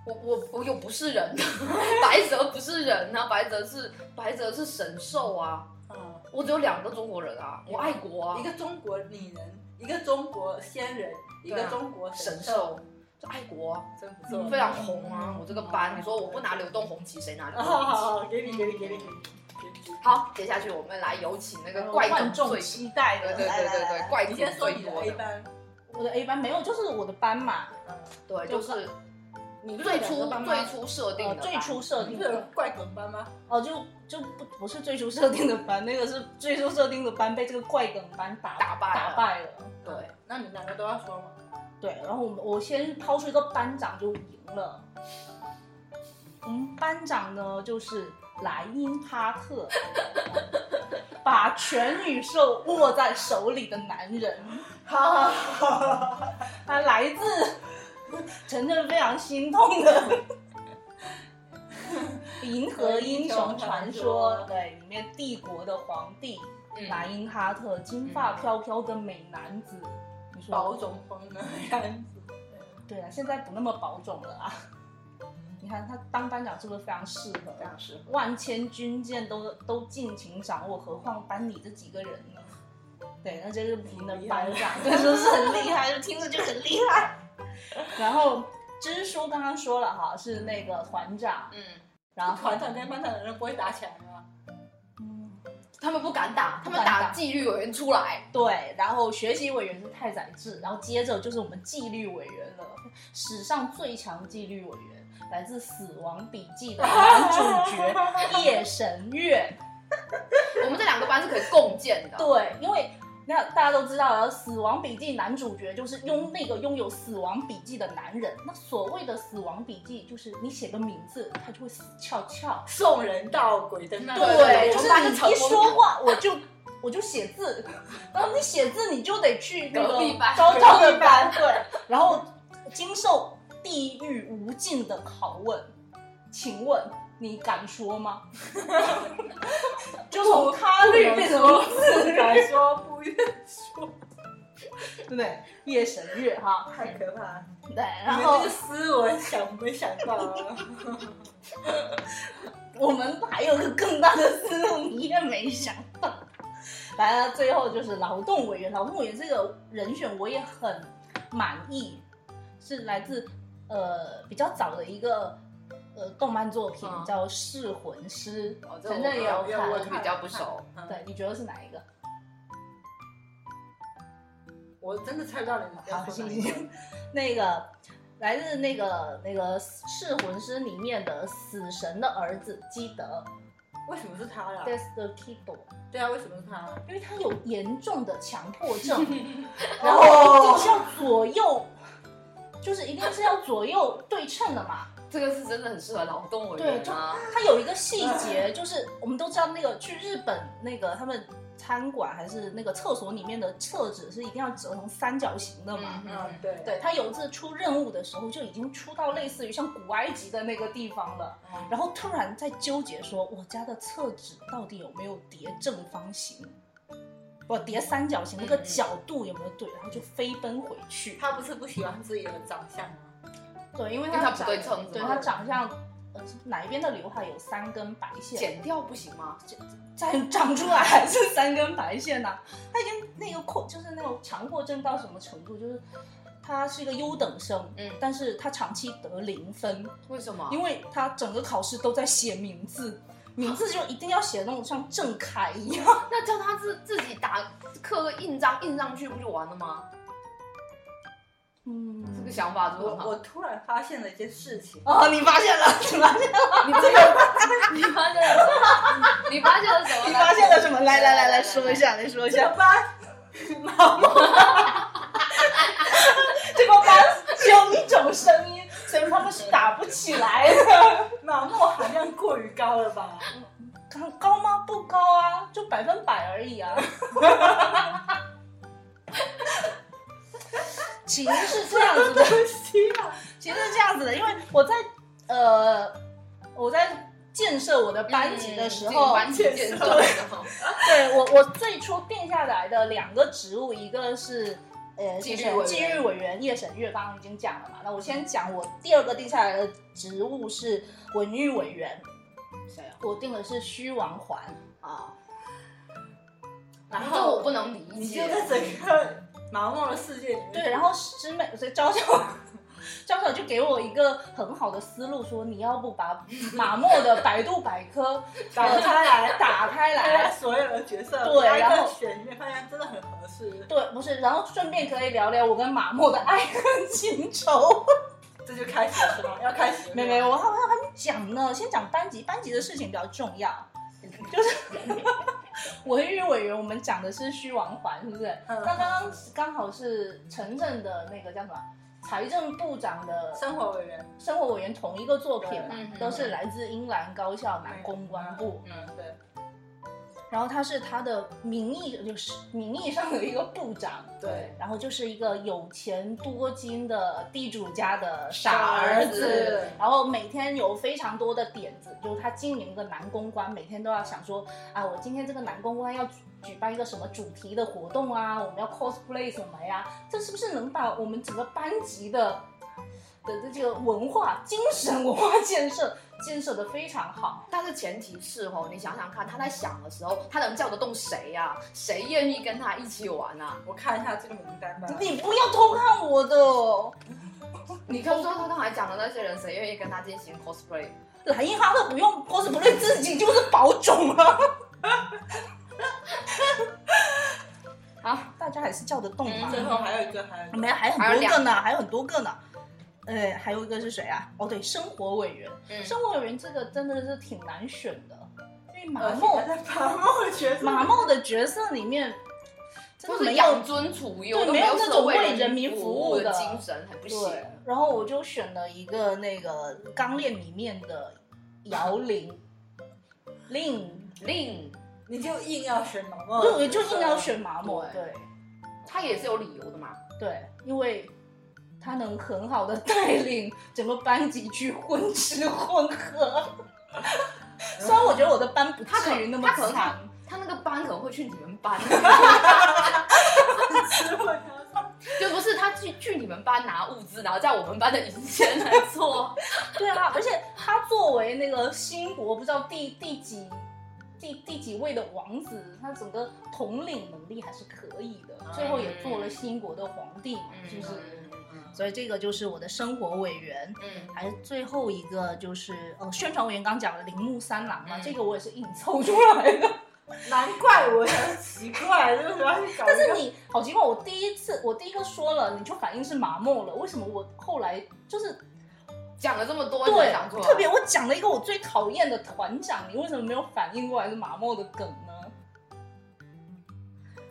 B: 我我我又不是人， [LAUGHS] 白蛇不是人啊，白蛇是白蛇是神兽啊，
C: 嗯，
B: 我只有两个中国人啊，我爱国啊
C: 一，个中国女人，一个中国仙人，一
B: 对
C: 个
B: 啊
C: 中国神
B: 神
C: 兽
B: 兽，就爱国啊、
C: 真不
A: 嗯
C: 错。
B: 非常红啊，我这个班，你说我不拿流动红旗，谁拿流动红
C: 好
B: 旗？
C: 好，给你，给你，给你，给你。
B: 好，接下去我们来有请那个怪梗
A: 万嗯众
B: 最，
A: 期待
B: 对
A: 的，
B: 对
A: 来
B: 对
A: 来
B: 对
A: 来
B: 对，怪
C: 你
B: 梗
C: 先说
B: 最
C: 你的
B: 多
C: A
B: 的，嗯
C: 班，
A: 我的 A 班没有，就是我的班嘛，
B: 对，就是
C: 你不是
B: 最
C: 有两个
B: 初
C: 班吗
B: 最初设定
A: 呃，
B: 的班，
A: 最初设
C: 你
A: 定
C: 不是有
A: 的，
C: 怪梗班吗？
A: 哦，就就不不是最初设定的班，那个是最初设定的班被这个怪梗班打
B: 打败了
A: 打败了。
B: 对，
C: 那你两个都要说吗？
A: 对，然后我们我先抛出一个班长就赢了。我们班长呢，就是莱因哈特，把全宇宙握在手里的男人。
C: 好好好，
A: 他来自晨晨非常心痛 [LAUGHS] 的银河英雄传说，对，里面帝国的皇帝
B: 嗯
A: 莱因哈特，金发飘飘的美男子。你
C: [LAUGHS] 保
A: 说
C: 种风的样子。
A: 对啊，现在不那么保种了啊。你看他当班长是不是非常适合？啊
C: 这样是
A: 万千军舰都都尽情掌握，何况班里这几个人呢？对，那就是您的班长，这 [LAUGHS] 就是很厉害，就听着就很厉害。 [LAUGHS] 然后支书刚刚说了哈，是那个团长，
B: 嗯，
A: 然后
C: 啊团长跟班长的人不会打起来吗？
A: 嗯
B: 他们不敢打，他们
A: 不敢
B: 打
A: 打
B: 纪律委员出来，
A: 对，然后学习委员是太宰治，然后接着就是我们纪律委员了，史上最强纪律委员，来自《死亡笔记》的男主角夜神月。
B: 我们这两个班是可以共建的。
A: 对，因为那大家都知道了，《死亡笔记》男主角就是拥那个拥有死亡笔记的男人。那所谓的死亡笔记，就是你写个名字，他就会死翘翘。
C: 送人到鬼灯那
B: 对对
A: 就
B: 我们
A: 是
B: 班就
A: 你
B: 成
A: 一
B: 功
A: 说
B: 了
A: 话，我就我就写字，然后你写字你就得去那
B: 隔
A: 个
B: 壁班
A: 招招的班，对，然后经受地狱无尽的拷问。请问你敢说吗？ [LAUGHS] 就从他律变成
C: 不敢说，不愿说，
A: 对不对？夜神月哈，
C: 太可怕了。
A: 对，然
C: 你们
A: 后
C: 这个思维想没想到啊？
A: 我们还有个更大的思路，你也没想到。来了，最后就是劳动委员，劳动委员这个人选我也很满意，是来自呃比较早的一个呃动漫作品、
B: 嗯
A: 叫《噬魂师
B: 哦》，这
A: 真
B: 我
A: 的也有
B: 不知道
A: 看
B: 我。比较不熟。
A: 对，，你觉得是哪一个？
C: 我真的猜不到你们
A: 好，
C: 要说
A: 行
C: 哪
A: 行
C: 一个。
A: 行， [LAUGHS] 那个来自那个那个《噬魂师》里面的死神的儿子基德
C: 啊为什么是他啦？
A: ，That's the Kido。
C: 对啊，为什么是他？
A: 因为他有严重的强迫症，然后
C: 哦
A: 就是要左右，就是一定是要左右对称的嘛。
B: 这个是真的很适合劳动委员啊。
A: 他有一个细节，就是我们都知道那个去日本那个他们餐馆还是那个厕所里面的厕纸是一定要折成三角形的嘛。
B: 嗯
C: 嗯，对
A: 对他有一次出任务的时候，就已经出到类似于像古埃及的那个地方了，
C: 嗯
A: 然后突然在纠结说，我家的厕纸到底有没有叠正方形，不叠三角形，那个
B: 嗯嗯
A: 角度有没有对，然后就飞奔回去。
C: 他不是不喜欢自己的长相吗？
A: 对，因为
B: 因为它
A: 他
B: 不
A: 长
B: 对称
A: 对
B: 是吗
A: 他长相，呃，是哪一边的刘海有三根白线，
B: 剪掉不行吗？
A: 再长出来还是三根白线呐、他已经那个扩，就是那种强迫症到什么程度，就是他是一个优等生，
B: 嗯
A: 但是他长期得零分，
B: 为什么？
A: 因为他整个考试都在写名字，名字就一定要写那种像郑恺一样。
B: 那叫他自自己打刻个印章印上去不就完了吗？这
A: 嗯
B: 个，想法是不
C: 我
B: 是很好
C: 我突然发现了一件事情，
A: 哦，你发现了，你发现了，
B: 你这个，你发现了什么？你发现了什么？
A: 你发现了什么？来来来来说一。下，来说一
C: 这
A: 下。
C: 个 [LAUGHS] 班老孟
A: 这个班只有一种声音，所以他们是打不起来的。
C: 老孟含量过于高了吧？
A: 高高吗？不高啊，就百分百而已啊。 [LAUGHS] 其实是这样子的，
C: 西啊，
A: 其实是这样子的，因为我在呃我在建设我的班级的时候，
B: 嗯班级建设的时候，
A: [LAUGHS] 对我我最初定下来的两个职务，一个是呃
B: 纪律
A: 就是
B: 委员
A: 纪律委员夜审月，刚刚已经讲了嘛。那我先讲我第二个定下来的职务是文娱委员，
B: 谁啊？
A: 我定的是虚王环。
B: 啊。然后我不能理
C: 你
B: 解
C: 就，在整个毛毛的世界里面。
A: 对，然后师妹，所以招手， [LAUGHS] 招手就给我一个很好的思路，说你要不把马默的百度百科
C: 打开来，
A: 打开
C: 大家
A: 来。
C: 所有的角色，
A: 对
C: 大家
A: 然后
C: 选里面发现真的很合适，
A: 对，不是，然后顺便可以聊聊我跟马默的爱恨情仇。
B: [LAUGHS]
C: 这就开始了是吗？要开始了，
A: 没没，我还我还没讲呢，先讲班级，班级的事情比较重要。就是文娱委员，我们讲的是虚王环，是不是？
C: 嗯
A: 那刚刚刚好是城镇的那个叫什么？财政部长的
C: 生活委员，
A: 生活委员同一个作品嘛
B: 嗯嗯，嗯
A: 都是来自英兰高校南公关部，
B: 嗯，
C: 对
A: 然后他是他的名义就是名义上的一个部长，
C: 对，
A: 然后就是一个有钱多金的地主家的傻儿
B: 傻儿
A: 子
B: 子，
A: 然后每天有非常多的点子，就是他经营一个男公关，每天都要想说啊，我今天这个男公关要举举办一个什么主题的活动啊，我们要 cosplay 什么呀？这是不是能把我们整个班级的的的这个文化、精神文化 [LAUGHS] 建设建设的非常好？
B: 但是前提是哦，你想想看，他在想的时候，他能叫得动谁呀、谁愿意跟他一起玩啊？
C: 我看一下这个名单吧。
A: 你不要偷看我的，哦
B: 你刚说他刚才讲的那些人，谁愿意跟他进行 cosplay？
A: 莱因哈特不用 cosplay 自己就是保种啊。好，啊大家还是叫得动嘛。
B: 嗯
C: 最后还有一个，还有一个
A: 没有，还有
B: 还有
A: 很多
B: 两
A: 个呢，还有很多个呢。呃，还有一个是谁啊？哦，对，生活委员，
B: 嗯
A: 生活委员这个真的是挺难选的，因为马
C: 而且
A: 梦
C: 呃还在马梦角色，
A: 马梦的角色里面，真
B: 就
A: 的
B: 是
A: 没有
B: 养尊处优，
A: 对
B: 都
A: 没有
B: 有
A: 那
B: 所
A: 种
B: 谓
A: 为人
B: 人
A: 民服
B: 服
A: 务的
B: 的精神，还不行。
A: 对。然后我就选了一个那个《钢炼》里面的姚玲， [LAUGHS] 令，
B: 令
C: 你就硬要选毛毛，
A: 对，我就硬
C: [LAUGHS]
A: 要选马梦，
B: 嗯对
A: 对
B: 他也是有理由的嘛，
A: 对，因为。他能很好的带领整个班级去混吃混喝，虽然我觉得我的班不
B: 他可
A: 至于那么
B: 他可能
A: 惨，
B: 他那个班可能会去你们班， [LAUGHS]
C: 吃混啊。
B: 就不是他去去你们班拿物资，然后在我们班的银钱来
A: [LAUGHS]
B: 做。
A: 对啊，而且他作为那个新国不知道第第几第第几位的王子，他整个统领能力还是可以的，最后也做
B: 嗯
A: 了新国的皇帝嘛，是不是？所以这个就是我的生活委员。
B: 嗯，
A: 还有最后一个就是呃，宣传委员刚讲了铃木三郎嘛，
B: 嗯
A: 这个我也是硬凑出来的。
C: 难怪我很奇怪，就是要去搞一个。
A: 但是你好奇怪，我第一次我第一个说了，你就反应是麻木了，为什么我后来就是
B: 讲了这么多，
A: 对
B: 你讲，错
A: 特别我讲了一个我最讨厌的团长，你为什么没有反应过来是马莫的梗呢？ [LAUGHS]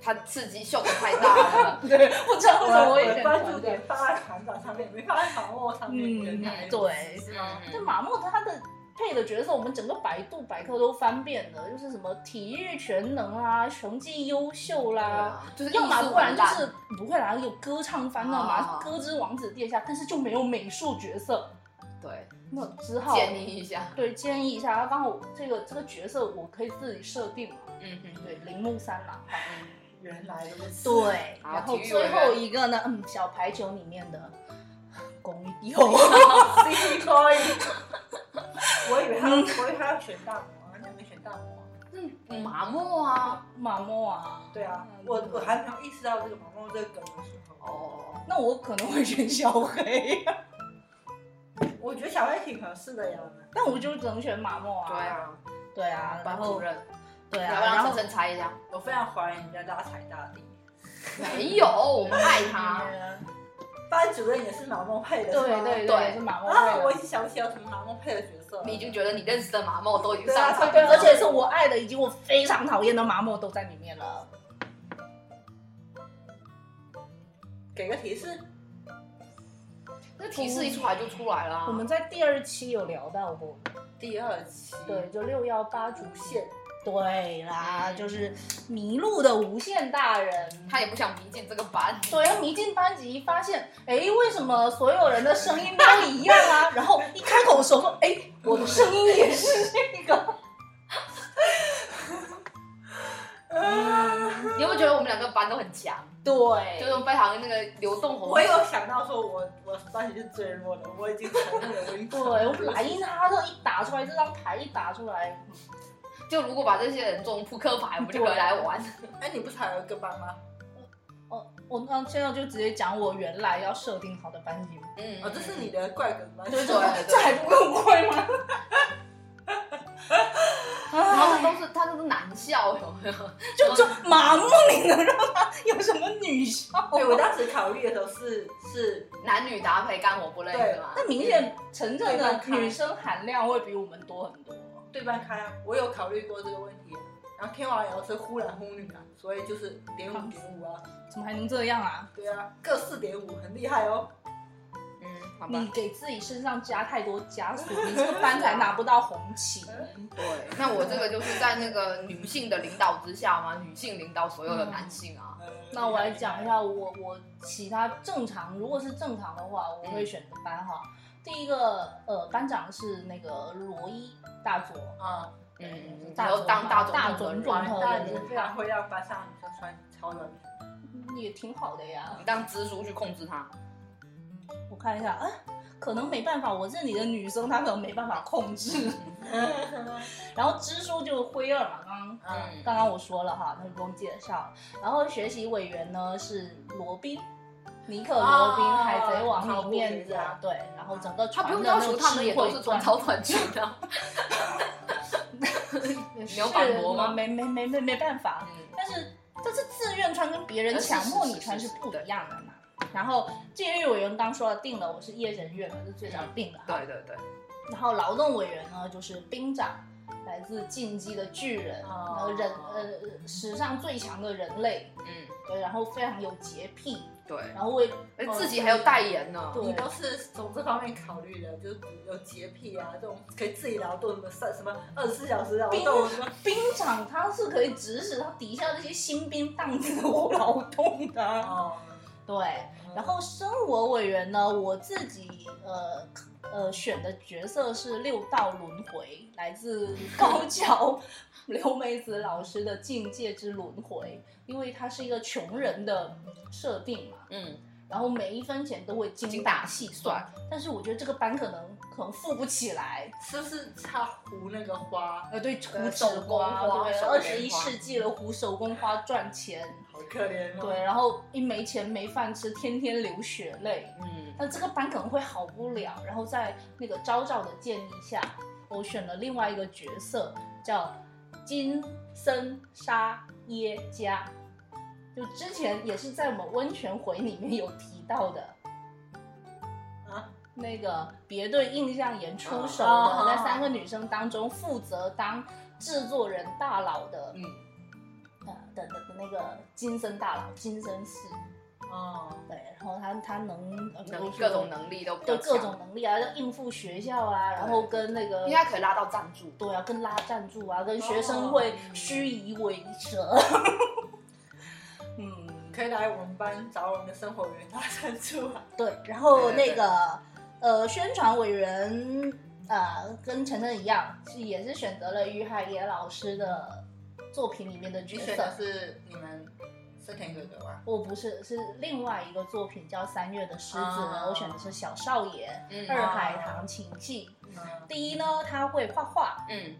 B: 他刺激效果太大了。
A: 对，不知道为什么
C: 我
A: 我也
C: 的
A: 选
C: 关注
A: 团长
C: 点。放在团长上面，没放在马梦上面。
A: 嗯
C: 原来
A: 对
C: 是吗？
A: 但马莫他的配的角色，我们整个百度百科都翻遍了，就是什么体育全能啊，成绩优秀啦。
B: 啊，就是
A: 嗯要么
B: 艺术
A: 不
B: 很
A: 然就
B: 烂
A: 是不会啦，有歌唱番那嘛，
B: 啊
A: 歌之王子殿下，但是就没有美术角色，
B: 对，
A: 那只好
B: 建议一下。
A: 对建议一下，刚好这个这个角色我可以自己设定嘛，
B: 嗯嗯
A: 对，铃木三
B: [LAUGHS]
A: 郎。
C: 原来如此。 [LAUGHS]
A: 对，
B: 好
A: 然后
B: 体育
A: 最
B: 委
A: 后
B: 员
A: 一个呢，嗯，小排球里面
B: [LAUGHS]
A: 的公友，嗯
C: ，C P Coin。我以为他，我以为他要选大魔，他没选大魔。
B: 那麻木啊。
A: 麻木啊，
C: 对啊
A: 嗯，
C: 我我还没有意识到这个毛毛这个梗的时候，
B: 哦，
A: 那我可能会选小黑，
C: 我觉得小黑挺合适的呀。
A: 但我就只能选麻木啊。
B: 对啊，
A: 对啊，然
B: 班主
A: 后
B: 任，
A: 对
B: 你
A: 啊，
B: 要不要
A: 然
B: 让
A: 后
B: 晨晨猜一下？
C: 我非常怀疑你在拉踩大地。
B: 没有，我们爱他。
C: 班主任也是毛毛配的，
A: 对
C: 是吗
A: 对
B: 对
A: 是麻木
C: 啊，我
A: 味
C: 已经想不起来有什么毛毛配的角色了。
B: 你已经觉得你认识的麻木都已经
C: 对啊
B: 上场
A: 对，
B: 了，
A: 而且是我爱的以及我非常讨厌的麻木都在里面了。
C: 给个提示，
B: 那提示一出来就出来了啊。
A: 我们在第二期有聊到过，
C: 第二期
A: 对，就六幺八主
C: 无
A: 线。
C: 限，
A: 对啦，就是迷路的无限大人。
B: 他也不想迷进这个班。
A: 对，然后一进班级发现，哎，为什么所有人的声音都一样 [LAUGHS] 啊？然后一开口的时候说，哎，我的声音也是这个。
B: 你有没有觉得我们两个班都很强，
A: 对，
B: 就是非常那个流动活
C: 我
B: 跃？
C: 有想到说我我班级是最弱的，我已经承认了，我已经
A: 对，
C: 承
A: 我
C: 认了
A: 们莱茵哈特一打出来，这张牌一打出来，
B: 就如果把这些人做成扑克牌，我们就可以来玩。
C: 哎，你不是还有一个班吗？
A: 哦，我那现在就直接讲我原来要设定好的班级。
B: 嗯，
C: 哦，这是你的怪梗班，
A: 对
B: 对对
A: 这还不够快
C: [LAUGHS]
A: 吗？
B: 然后
A: 啊，
B: 都是他都是男校，有没有？
A: 就就麻木，你能让他有什么女校？
C: 哎，我当时考虑的时候是是，
B: 男女搭配干活不累
C: 对
B: 是吗？
A: 那明显城镇
C: 对
A: 的
C: 那看
A: 女生含量会比我们多很多。
C: 对半开啊，我有考虑过这个问题。然后天王瑶是忽男忽女啊，所以就是点五点五啊，
A: 怎么还能这样啊？
C: 对啊，各四点五，很厉害哦。
B: 嗯，好吧
A: 你。给自己身上加太多枷锁，你这个班才拿不到红
B: [LAUGHS]
A: 旗。
B: 对，那我这个就是在那个女性的领导之下嘛，女性领导所有的男性啊。
C: 呃
A: 那我来讲一下我我其他正常，如果是正常的话，我会选择班哈。第一个呃，班长是那个罗伊大佐，
C: 啊，
B: 嗯嗯，嗯
A: 大
B: 然
A: 总
B: 后当大总
A: 大
B: 总
A: 总
B: 管
A: 然后
C: 但
A: 也
C: 你
A: 是
C: 非常会让班上女生穿超短裙。
A: 也挺好的呀。
B: 你当支书去控制他。
A: 我看一下，啊，可能没办法，我这里的女生她可能没办法控制。 [LAUGHS] 然后支书就灰二嘛，刚刚
C: 嗯，
A: 刚刚我说了哈，他就不用介绍了。然后学习委员呢是罗宾。尼克罗宾，
C: 哦
A: 海贼王》里面
C: 超
A: 的
C: 酷
A: 对，然后整个
B: 他
A: 船
B: 不
A: 的
B: 用
A: 那
B: 要
A: 个
B: 求他们
A: 智
B: 也
A: 慧
B: 都是穿
A: 传
B: 超短裙的。你要反驳吗
A: 是没没没没没办法，
B: 嗯
A: 但是这是自愿穿，跟别
B: 呃
A: 人强迫你穿是不一样的嘛。然后纪律委员刚说了定了，我是夜人院嘛，是最早定的哈。
B: 嗯对对对，
A: 然后劳动委员呢，就是兵长，来自进击的巨人，
C: 哦
A: 呃人呃史上最强的人类，
B: 嗯
A: 对，然后非常有洁癖，
B: 对，
A: 然后为
B: 哎，自己还有代言呢。
A: 对
C: 你都是从这方面考虑的，就是有洁癖啊，这种可以自己劳动什么三什么二十四小时劳动什么，
A: 兵长他是可以指使他底下这些新兵当自我劳动的啊，
C: 哦，
A: 对。然后生活委员呢，我自己呃呃选的角色是六道轮回，来自高 [LAUGHS] 桥刘美子老师的《境界之轮回》，因为它是一个穷人的设定嘛，
B: 嗯，
A: 然后每一分钱都会精打细算，但是我觉得这个班可能可能富不起来，
C: 是不是他糊那个花？
A: 呃，对，
C: 呃
A: 胡手工
B: 手工花
A: 对，
B: 手工花
A: 二十一世纪了，胡手工花赚钱，
C: 好可怜哦。
A: 对，，然后一没钱没饭吃，天天流血泪，
B: 嗯，
A: 那这个班可能会好不了。然后在那个昭昭的建议下，我选了另外一个角色，叫金森沙耶加，就之前也是在我们温泉回里面有提到的。
C: 啊
A: 那个别对印象研
B: 啊
A: 出手的，
C: 哦哦
A: 在三个女生当中负责当制作人大佬的，
B: 嗯
A: 呃的的的那个金森大佬金森氏，
C: 哦，
A: 对，然后他他能呃
B: 能
A: 就是
B: 各种能力都比较
A: 对各
B: 强
A: 种，能力啊，要应付学校啊，然后跟那个
B: 应该可以拉到哦赞助。
A: 对啊，跟拉赞助啊，跟学生会虚以为蛇。嗯，
C: 可以来我们班找我们的生活员大赞助啊。
A: [LAUGHS] 对，然后
B: 对对
A: 那个呃，宣传委员呃，跟晨晨一样，是也是选择了于海野老师的作品里面的角
C: 你选
A: 色
C: 的。是你们森田哥哥吧？
A: 我不是，是另外一个作品叫《三月的狮子》，
C: 啊
A: 我选的是小少爷
B: 哦嗯
A: 二海棠情记。
C: 嗯，
A: 第一呢，他会画画，
B: 嗯，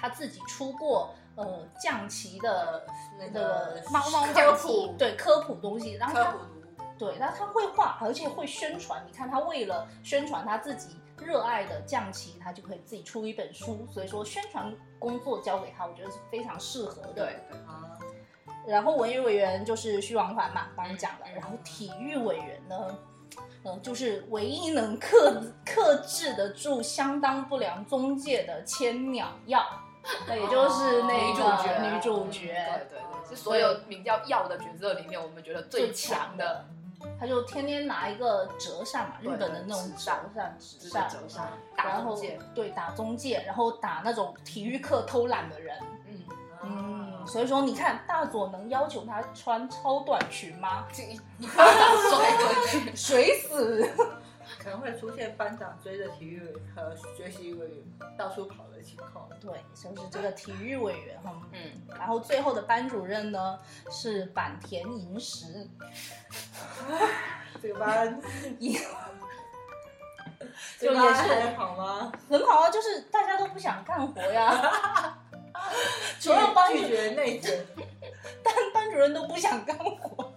A: 他自己出过呃象棋的
C: 那
A: 个
C: 个
A: 猫猫
B: 科
A: 象棋
B: 普，
A: 对科普东西，然后
C: 科
A: 他
C: 普读物，
A: 对，那他会画，而且会宣传。你看，他为了宣传他自己热爱的象棋，他就可以自己出一本书。所以说，宣传工作交给他，我觉得是非常适合的。
B: 对。对
C: 啊，
A: 然后文娱委员就是徐王凡嘛，刚刚讲了。
B: 嗯嗯
A: 然后体育委员呢，呃，就是唯一能克克制得住相当不良中介的千鸟药，那也就是那
B: 女主
A: 个
B: 角
A: 女主角，
B: 对对对，是所有名叫药的角色里面，我们觉得最强的。，
A: 他就天天拿一个折扇嘛，日
B: 对
A: 本的那种
B: 纸
A: 折
B: 扇
A: 扇，纸
B: 是
A: 扇，
B: 折扇打
A: 然
B: 中
A: 后
B: 介，
A: 对打中介，然后打那种体育课偷懒的人。
B: 嗯，
A: 嗯，所以说你看大佐能要求他穿超短裙吗？
B: 这一一巴掌摔过去，
A: 水死！
C: 可能会出现班长追着体育委和学习委员到处跑的情况。
A: 对，就是这个体育委员哈。
B: 嗯，
A: 然后最后的班主任呢是坂田银时，
C: 这个 [LAUGHS] 班，
A: 也
C: 这
A: 就
C: 个
A: 也
C: 班
A: 是
C: 还好 [LAUGHS] 吗？
A: 很好啊，就是大家都不想干活呀，除了
C: 拒
A: 班主
C: 拒绝内卷，
A: [LAUGHS] 但班主任都不想干活，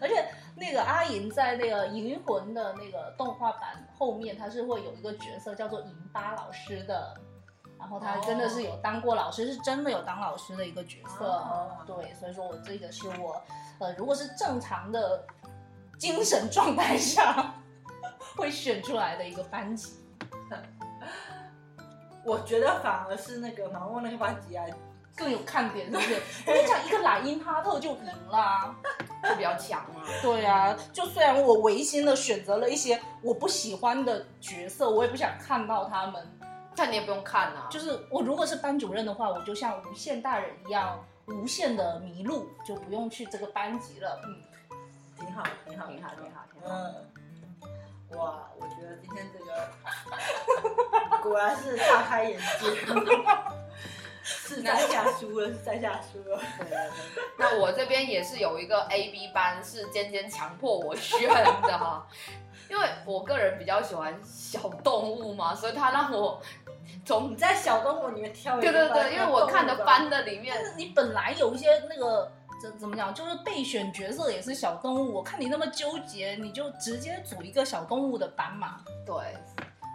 A: 而且那个阿银在那个《银魂》的那个动画版后面，他是会有一个角色叫做银巴老师的，然后他真的是有当过老师，是真的有当老师的一个角色。
C: 哦
A: 对，所以说我这个是我，呃，如果是正常的精神状态下 [LAUGHS] 会选出来的一个班级。
C: [LAUGHS] 我觉得反而是那个盲目那个班级啊，
A: 更有看点，是不是？
C: [LAUGHS]
A: 我跟你讲，一个莱茵哈特就赢了啊。
B: 就比较强嘛。
A: 对啊，就虽然我违心的选择了一些我不喜欢的角色，我也不想看到他们。
B: 但你也不用看啊，
A: 就是是我如果是班主任的话，我就像无限大人一样，无限的迷路，就不用去这个班级了。嗯，
C: 挺好，挺好，
B: 挺好挺好挺好
C: 嗯，哇，我觉得今天这个果然是大开眼界，是在下输了，是在下输了。
B: 那我这边也是有一个 A B 班，是尖尖强迫我选的哈， [LAUGHS] 因为我个人比较喜欢小动物嘛，所以他让我从
C: 你在小动物里面挑一
B: 对
C: 个
B: 对
C: 班
B: 对，因为我看的班的里
A: 但
B: 面，
A: 是你本来有一些那个怎怎么讲，就是备选角色也是小动物，我看你那么纠结，你就直接组一个小动物的班嘛。
B: 对，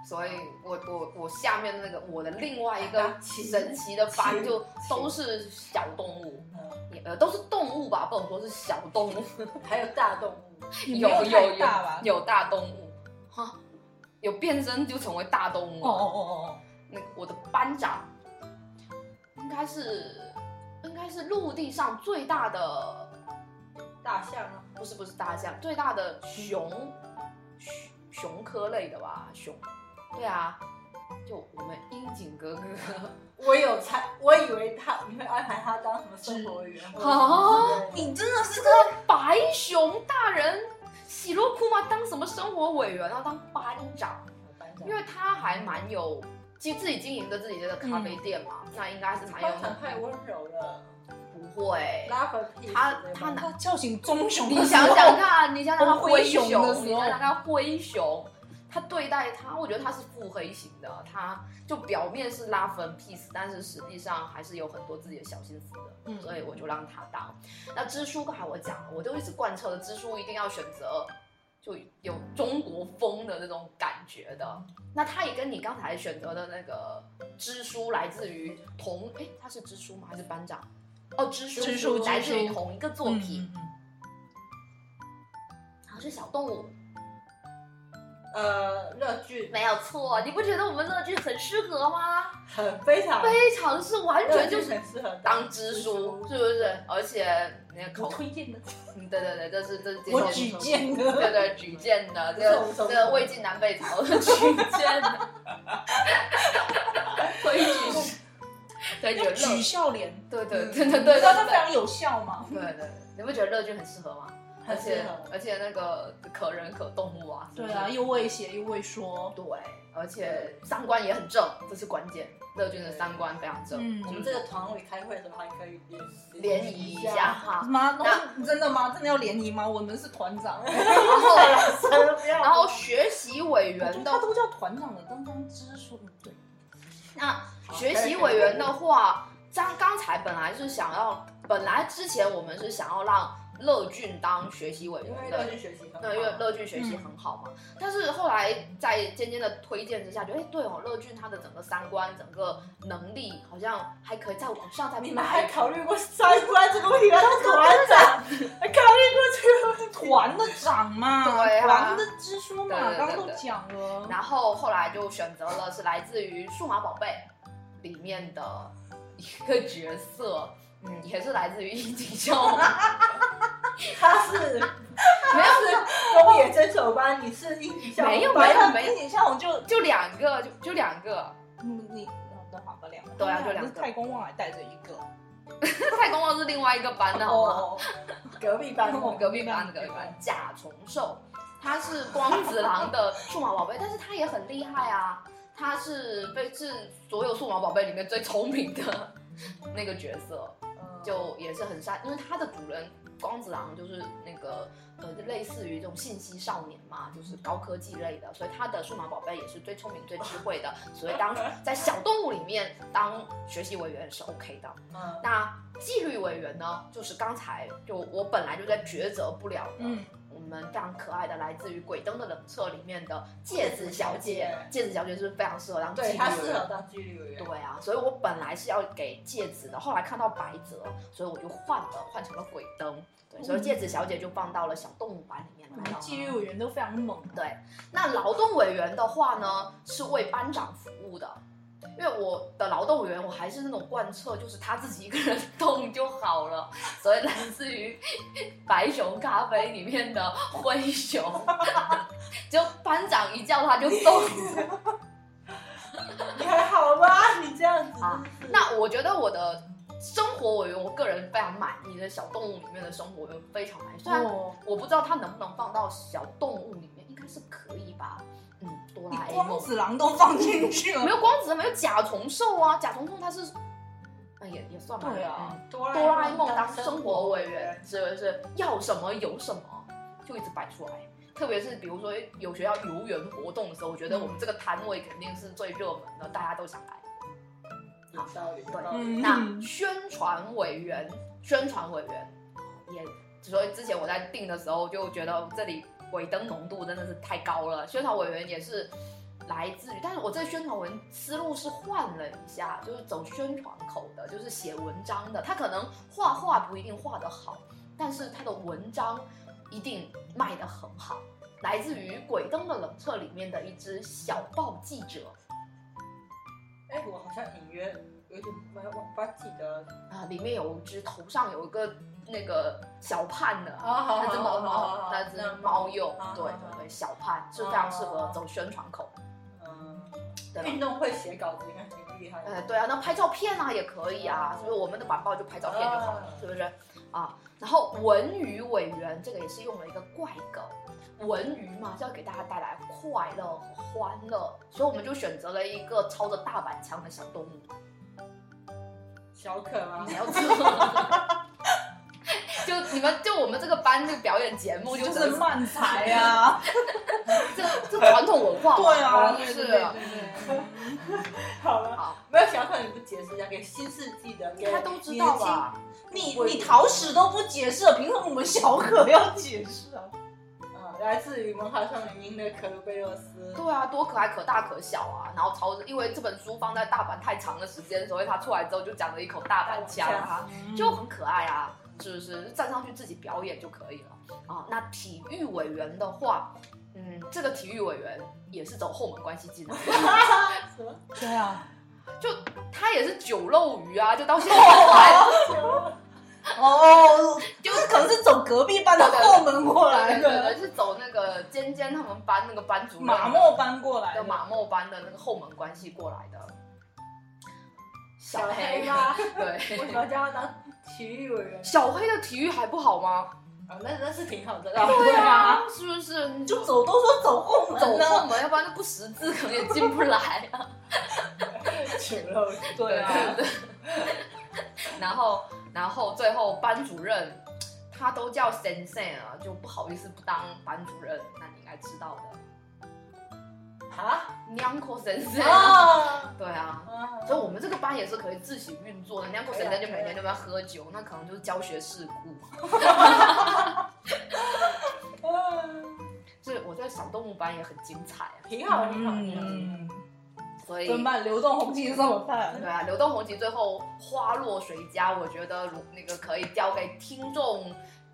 B: 所以我我我下面那个我的另外一个
C: 奇
B: 神奇的班
C: 奇
B: 就都是小动物，
C: 嗯
B: 也呃都是动物吧，不能说是小动物，
C: 还有大动物，
A: 你没
B: 有
A: [LAUGHS] 有
B: 有
A: 太大吧？
B: 有大动物，哈，有变身就成为大动物。
A: 哦哦哦哦哦，
B: 那个我的班长应该是应该是陆地上最大的，
C: 大象啊，
B: 不是不是大象，最大的熊熊熊科类的吧？熊，对啊，就我们樱井哥哥， [LAUGHS]
C: 我有猜，我以为他你会安排他当什么生活员或者什么
B: 啊
C: 之类的，
A: 你真的是个
B: [LAUGHS] 白熊大人。喜洛库嘛，当什么生活委员，然啊后当班长，
C: 班长
B: 因为他还蛮有，其实自己经营的自己的咖啡店嘛，那应该是蛮有
C: 班长太温柔了，
B: 不会，
C: 拉粉屁事
B: 他
C: 对吧
B: 他哪
A: 他叫醒棕熊的
B: 你
A: 时
B: 想
A: 候
B: 想看，啊你想想看
A: 灰
B: 灰
A: 熊
B: 熊
A: 的时候
B: 你想想看灰熊，他对待他，我觉得他是腹黑型的，他就表面是拉分 peace，但是实际上还是有很多自己的小心思的，
A: 嗯
B: 所以我就让他当。那支书刚才我讲了，我就一直贯彻的支书一定要选择。就有中国风的那种感觉的，那他也跟你刚才选择的那个支书来自于同，哎，他是支书吗？还是班长？哦，支书，
A: 支书
B: 来自于
A: 支书嗯
B: 同一个作品，，然后啊是小动物，
C: 呃乐剧
B: 没有错。你不觉得我们乐剧很适合吗？
C: 很非常
B: 非常是完
C: 乐
B: 全
C: 剧
B: 就是
C: 很适合
B: 当支书，是不是？而且那个
A: 我
B: 口，
A: 推荐的，
B: 嗯对对对，这是这是
A: 我
B: 接
A: 举
B: 受
A: 荐
B: 对
A: 的。
B: 对对举荐的，这
C: 不
B: 个
C: 错
B: 这
C: 不错
B: 个魏晋南北
A: [LAUGHS]
B: 朝的举荐的，推举推举
A: 要举
B: 乐，
A: 笑脸，
B: 对对
C: 嗯
B: 对对对
A: 你
B: 对
A: 知道它非
B: 对
A: 常有效吗？
B: 对对，你不觉得乐剧很适合吗？而
C: 很适
B: 且
C: 合。
B: 而且那个可人可动物啊，是不
A: 对
B: 是
A: 啊，又会写又会说，
B: 对，而且三观也很正，这是关键。乐军的三观非常正，
A: 嗯
B: 我
C: 我
B: 们
C: 们
B: 这
C: 这
B: 个
C: 个团委开会的时候还可以联
B: 联谊一下，哈。
A: 妈，
B: 啊那
A: 啊真的吗？真的要联谊吗？我们是团长，
B: 然后，
C: 啊不
B: [LAUGHS]
C: 要
B: 然后学习委员
A: 他
B: 的，
A: [LAUGHS] 都叫团长了，刚刚支书，嗯对，
B: 那
C: 好
B: 学习委员的话，张刚才本来是想要，本来之前我们是想要让乐俊当学习委
C: 因为
B: 员
C: 乐
B: 的，
C: 趣学习很
B: 对，因为
C: 好，
B: 乐俊学习很好嘛。但是后来在尖尖的推荐之下，觉得哎，对哦，乐俊他的整个三观、整个能力好像还可以再往上再
C: 你
B: 爬
C: 们
B: 一
C: 还
B: 步
C: 考虑过三观这个问题吗？他团
B: [LAUGHS]
C: 长还考虑过这个问题？
A: 团的长嘛，
B: 对啊
A: 团的支出嘛，
B: 对对对
A: 刚刚都讲了。
B: 然后后来就选择了是来自于《数码宝贝》里面的一个角色，嗯，也是来自于樱井孝宏，
C: 他是
B: 没有
C: 是宫野真守班，你是英语校
B: 没有
A: 没
B: 没
A: 有
B: 有
A: 没
B: 没有
A: 有，像我就
B: 就两个，就就两个。
A: 嗯你那好吧，两个
B: 对啊就两个
A: 是太公望还带着一个
B: 太公望是另外一个班的好吗？ [LAUGHS]
C: 哦，隔壁班
A: 哦
B: 隔壁班隔壁班甲虫兽，他是光子郎的数码宝贝，但是他也很厉害啊，他是被是所有数码宝贝里面最聪明的 [LAUGHS] 那个角色。
A: 嗯
B: 就也是很善，因为它的主人光子郎就是那个呃，类似于这种信息少年嘛，就是高科技类的，所以他的数码宝贝也是最聪明、最智慧
C: [LAUGHS]
B: 的，所以当在小动物里面当学习委员是 OK 的。
C: 嗯
B: 那纪律委员呢，就是刚才就我本来就在抉择不了的。
A: 嗯，
B: 我们非常可爱的，来自于《鬼灯的冷彻》里面的戒指小姐，戒指小姐是非常适合当纪律委员。
C: 对，他适合当纪律委员。
B: 对啊，所以我本来是要给戒指的，后来看到白泽，所以我就换了，换成了鬼灯。对，所以戒指小姐就放到了小动物版里面来了。
A: 纪律委员都非常猛，
B: 对，那劳动委员的话呢，是为班长服务的，因为我的劳动委员我还是那种贯彻，就是他自己一个人动就好了， [LAUGHS] 所以来自于白熊咖啡里面的灰熊， [LAUGHS] 就班长一叫他就动了。
C: 你还好吗？你这样子
B: 啊
C: 真是
B: 那我觉得我的生活委员，我个人非常满意的小动物里面的生活委员非常满意，虽然
A: 哦，
B: 我不知道它能不能放到小动物里面，应该是可以吧？嗯，哆
A: 你
B: 啦 A
A: 光
B: 梦
A: 子郎都放进去
B: 没
A: 了，
B: 有光子，没有甲虫兽啊，甲虫兽它是，啊也也算吧。
A: 对啊
B: 嗯，
C: 哆
B: 哆啦 A 梦当生活委员，是不是要什么有什么，就一直摆出来。特别是比如说有学校游园活动的时候，我觉得我们这个摊位肯定是最热门的，大家都想来。
C: 有道理，有道理。
A: 嗯
B: 那宣传委员，宣传委员也，所以之前我在定的时候就觉得这里尾灯浓度真的是太高了。宣传委员也是来自于，但是我这宣传文思路是换了一下，就是走宣传口的，就是写文章的。他可能画画不一定画得好，但是他的文章一定卖得很好。来自于《鬼灯的冷彻》里面的一只小报记者
C: 哎，我好像隐约有点没有我不记得
B: 啊、里面有一只头上有一个那个小盼的啊
C: 啊
B: 那只猫猫，那只猫鼬，对对对，小潘是非常适合
C: 哦
B: 走宣传口，
C: 嗯，
B: 对吧
C: 运？动会写稿子应该挺厉害的。
B: 呃，对啊，那拍照片啊也可以啊，所以我们的板报就拍照片就好了
C: 哦，
B: 是不是？啊，然后文娱委员这个也是用了一个怪梗，文娱嘛是要给大家带来快乐和欢乐，所以我们就选择了一个操着大板枪的小动物。
C: 小可吗
B: 你？要知 [LAUGHS] 就你们就我们这个班这个表演节目就
A: 就是是慢才啊，
B: 这这传统文化嘛，
A: [LAUGHS] 对啊，
B: 就
A: 对对
B: 是
A: 对对对
C: 好了，
B: 好。
C: 没有小可你不解释一下给新世纪的，给
B: 他都知道啊吧？
A: [LAUGHS] 你你桃屎都不解释，凭什么我们小可要解释啊？
C: 年轻？啊，来自于《文豪少年音》的可鲁贝洛斯。
B: 对啊，多可爱，可大可小啊。然后朝着，因为这本书放在大阪太长的时间，所以他出来之后就讲了一口大阪腔啊，
A: 嗯
B: 就很可爱啊，是不是？站上去自己表演就可以了啊。那体育委员的话，嗯，这个体育委员也是走后门关系进来，
C: 什么
A: 对啊，
B: [LAUGHS] 就他也是酒漏鱼啊，就到现在
A: [LAUGHS]
B: 还
A: 哦，就是可能是走隔壁班的后门过来
B: 对对对，
A: 的，
B: 是走那个尖尖他们班那个班主任
A: 马莫搬过来
B: 的
A: 的，
B: 马莫班的那个后门关系过来的。
C: 小黑
B: 黑
C: [LAUGHS] 吗？为什
B: 对
C: 么，要叫他当体育委员？
B: 小黑的体育还不好吗？
C: 啊，那那是挺好的。
A: 对啊，
B: 是不是？你
A: 就走都说走后门
B: 走
A: 呢
B: 后门，要不然就不识字，可能也进不来啊。 [LAUGHS]
C: 酒肉
A: 对啊，
B: 然后，然后最后班主任他都叫 sensei 啊，就不好意思不当班主任，那你应该知道的
C: 啊
B: ，Nyanko sensei。
C: 啊！
B: 对啊，
C: 啊
B: 所以我们这个班也是可以自己运作的。那样不
C: 可以
B: 简
C: 啊
B: 单就
C: 可以啊
B: 每天都要喝酒，那可能就是教学事故。所以我在小动物班也很精彩啊。
C: 挺好，挺好，挺好。
A: 嗯，
B: 所以
A: 怎么办？流动红旗怎么办
B: 对？啊，流动红旗最后花落谁家？我觉得如那个可以交给听众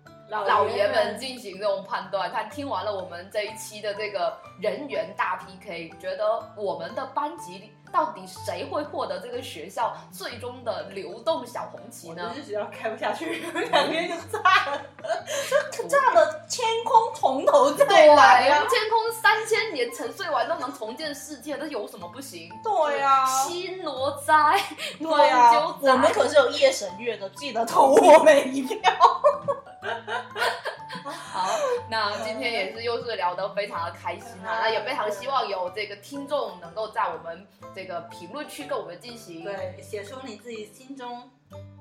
B: 嗯老爷们进行这种判断。他听完了我们这一期的这个人员大 PK，觉得我们的班级里到底谁会获得这个学校最终的流动小红旗
C: 我
B: 呢
C: 这？是学校开不下去，两天就炸了。
A: 炸了天空从头再
B: [LAUGHS] 对啊，
A: 来呀、
B: 天空三千年沉睡完都能重建世界，那有什么不行？
A: 对
B: 啊
A: 呀、
B: 新罗斋，
A: 对啊
B: 啊
A: 呀，我们可是有夜神月的，记得投我们一票。
B: [LAUGHS] 好，那今天也是又是聊得非常的开心啊，那也非常希望有这个听众能够在我们这个评论区跟我们进行
C: 对，写出你自己心中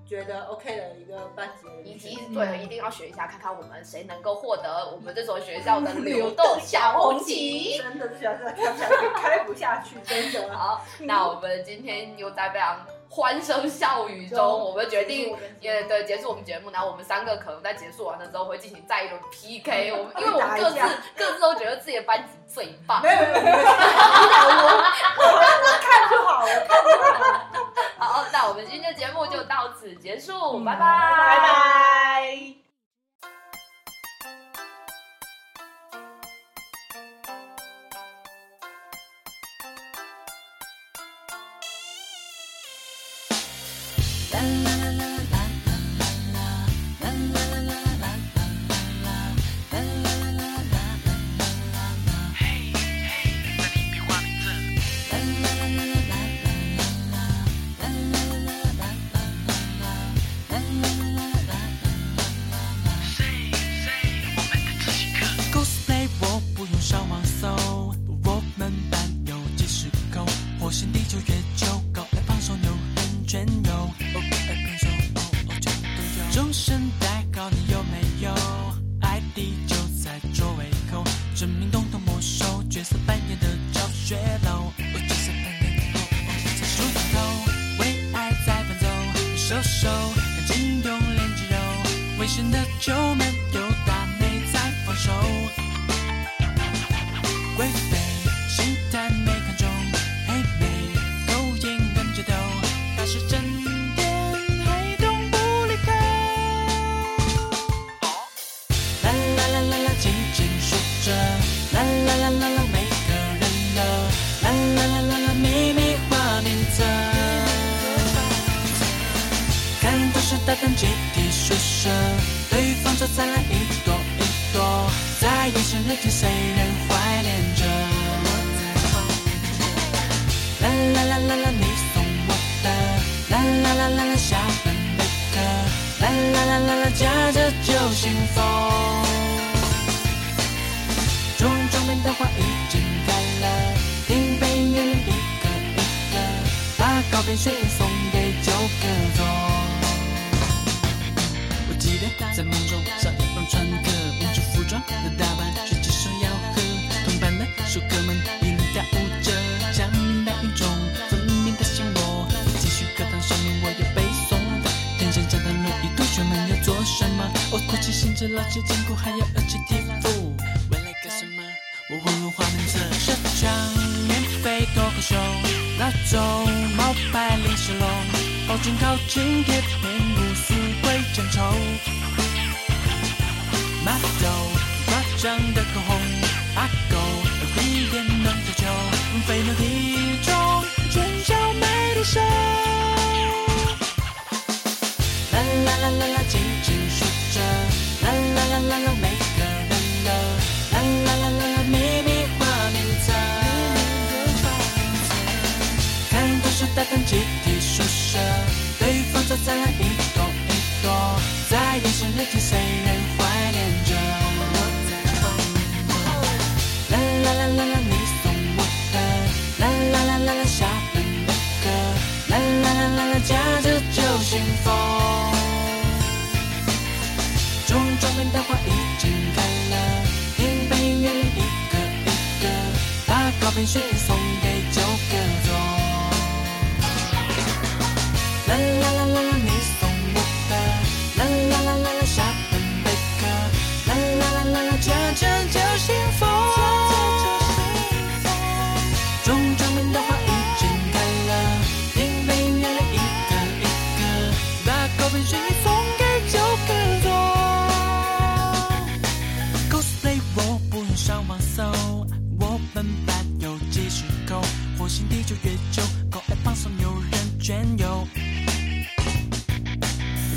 C: 觉得 OK 的一个班级的
B: 以
C: 人选
B: 及
A: 嗯
B: 对，一定要学一下，看看我们谁能够获得我们这所学 [LAUGHS] 校的流动小红旗。
C: 真的这学校真的开不下去，开不下去，真的。
B: 好，那我们今天又在非常欢声笑语中，
C: 中
B: 我们决定
C: 结束我们节目
B: 也对结束我们节目，然后我们三个可能在结束完了之后会进行再一轮 PK，我们因为我们
C: [LAUGHS] 打一
B: 各自
C: 架
B: 各自都觉得自己的班级最
C: [LAUGHS]
B: 棒
C: [LAUGHS] 没。有没有没有没有，我看就好了，看就好了。
B: 好，那我们今天的节目就到此结
C: 嗯
B: 束，拜拜，
A: 拜拜。
D: cosplay 我不用上网搜，我们班有几十口，火星、地球、月球，高矮胖瘦牛人全有，哦，高矮胖瘦哦哦全都有。终身代考你有没有？ID 就在座位后，证明东东没收，角色扮演的教学楼，哦角色扮演的哦哦在梳头，为爱在奔走，手手赶紧用练肌肉，危险的球没有打没再放手。贵妃心态没看中，黑妹勾引跟着走，他是真眼还动不离口。啦啦啦啦啦，轻轻数着，啦啦啦啦啦，每个人的，啦啦啦啦啦，秘密花名册。看都是大胆集体数射，对方就再来一朵一朵，在眼神里听谁人怀念着。啦啦啦啦啦，你送我的，啦啦啦啦啦，下班备课，啦啦啦啦啦，夹着就幸福。种种变的花已经开了，听被演员一个一个，把告别宣言送给九个座。我记得在梦中少一帮穿个民族服装的打扮，学姐说要和同伴的熟客们一路跳舞着，像明白一种分明的心魔。继续课堂上面我要背诵，天上讲堂轮椅同学们要做什么？我鼓起心智拉起筋骨，还要二起体腹，为了干什么？我混入花名册，社长免费脱口秀，那种冒牌零食龙，保证靠近贴面无私会见愁。马豆夸张的口红，阿狗闭眼能多久？肥牛体重，全校美丽秀。啦啦啦啦啦，轻轻数着，啦啦啦啦啦，每个人的，啦啦啦啦啦，秘密花名册。看多少大胆集体数射，对方就再来一朵一朵，在眼神里听谁人怀念着。啦啦啦啦啦，你送我的，啦啦啦啦啦，下班的歌，啦啦啦啦啦，夹着就幸福。种种变的花已经开了，听被音乐一个一个，把告别宣言送给九个座。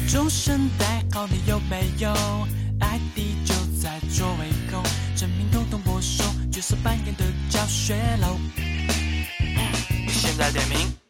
D: 钟声带好你有没有？ID 就在座位后，证明通通没收，角色扮演的教学楼。现在点名。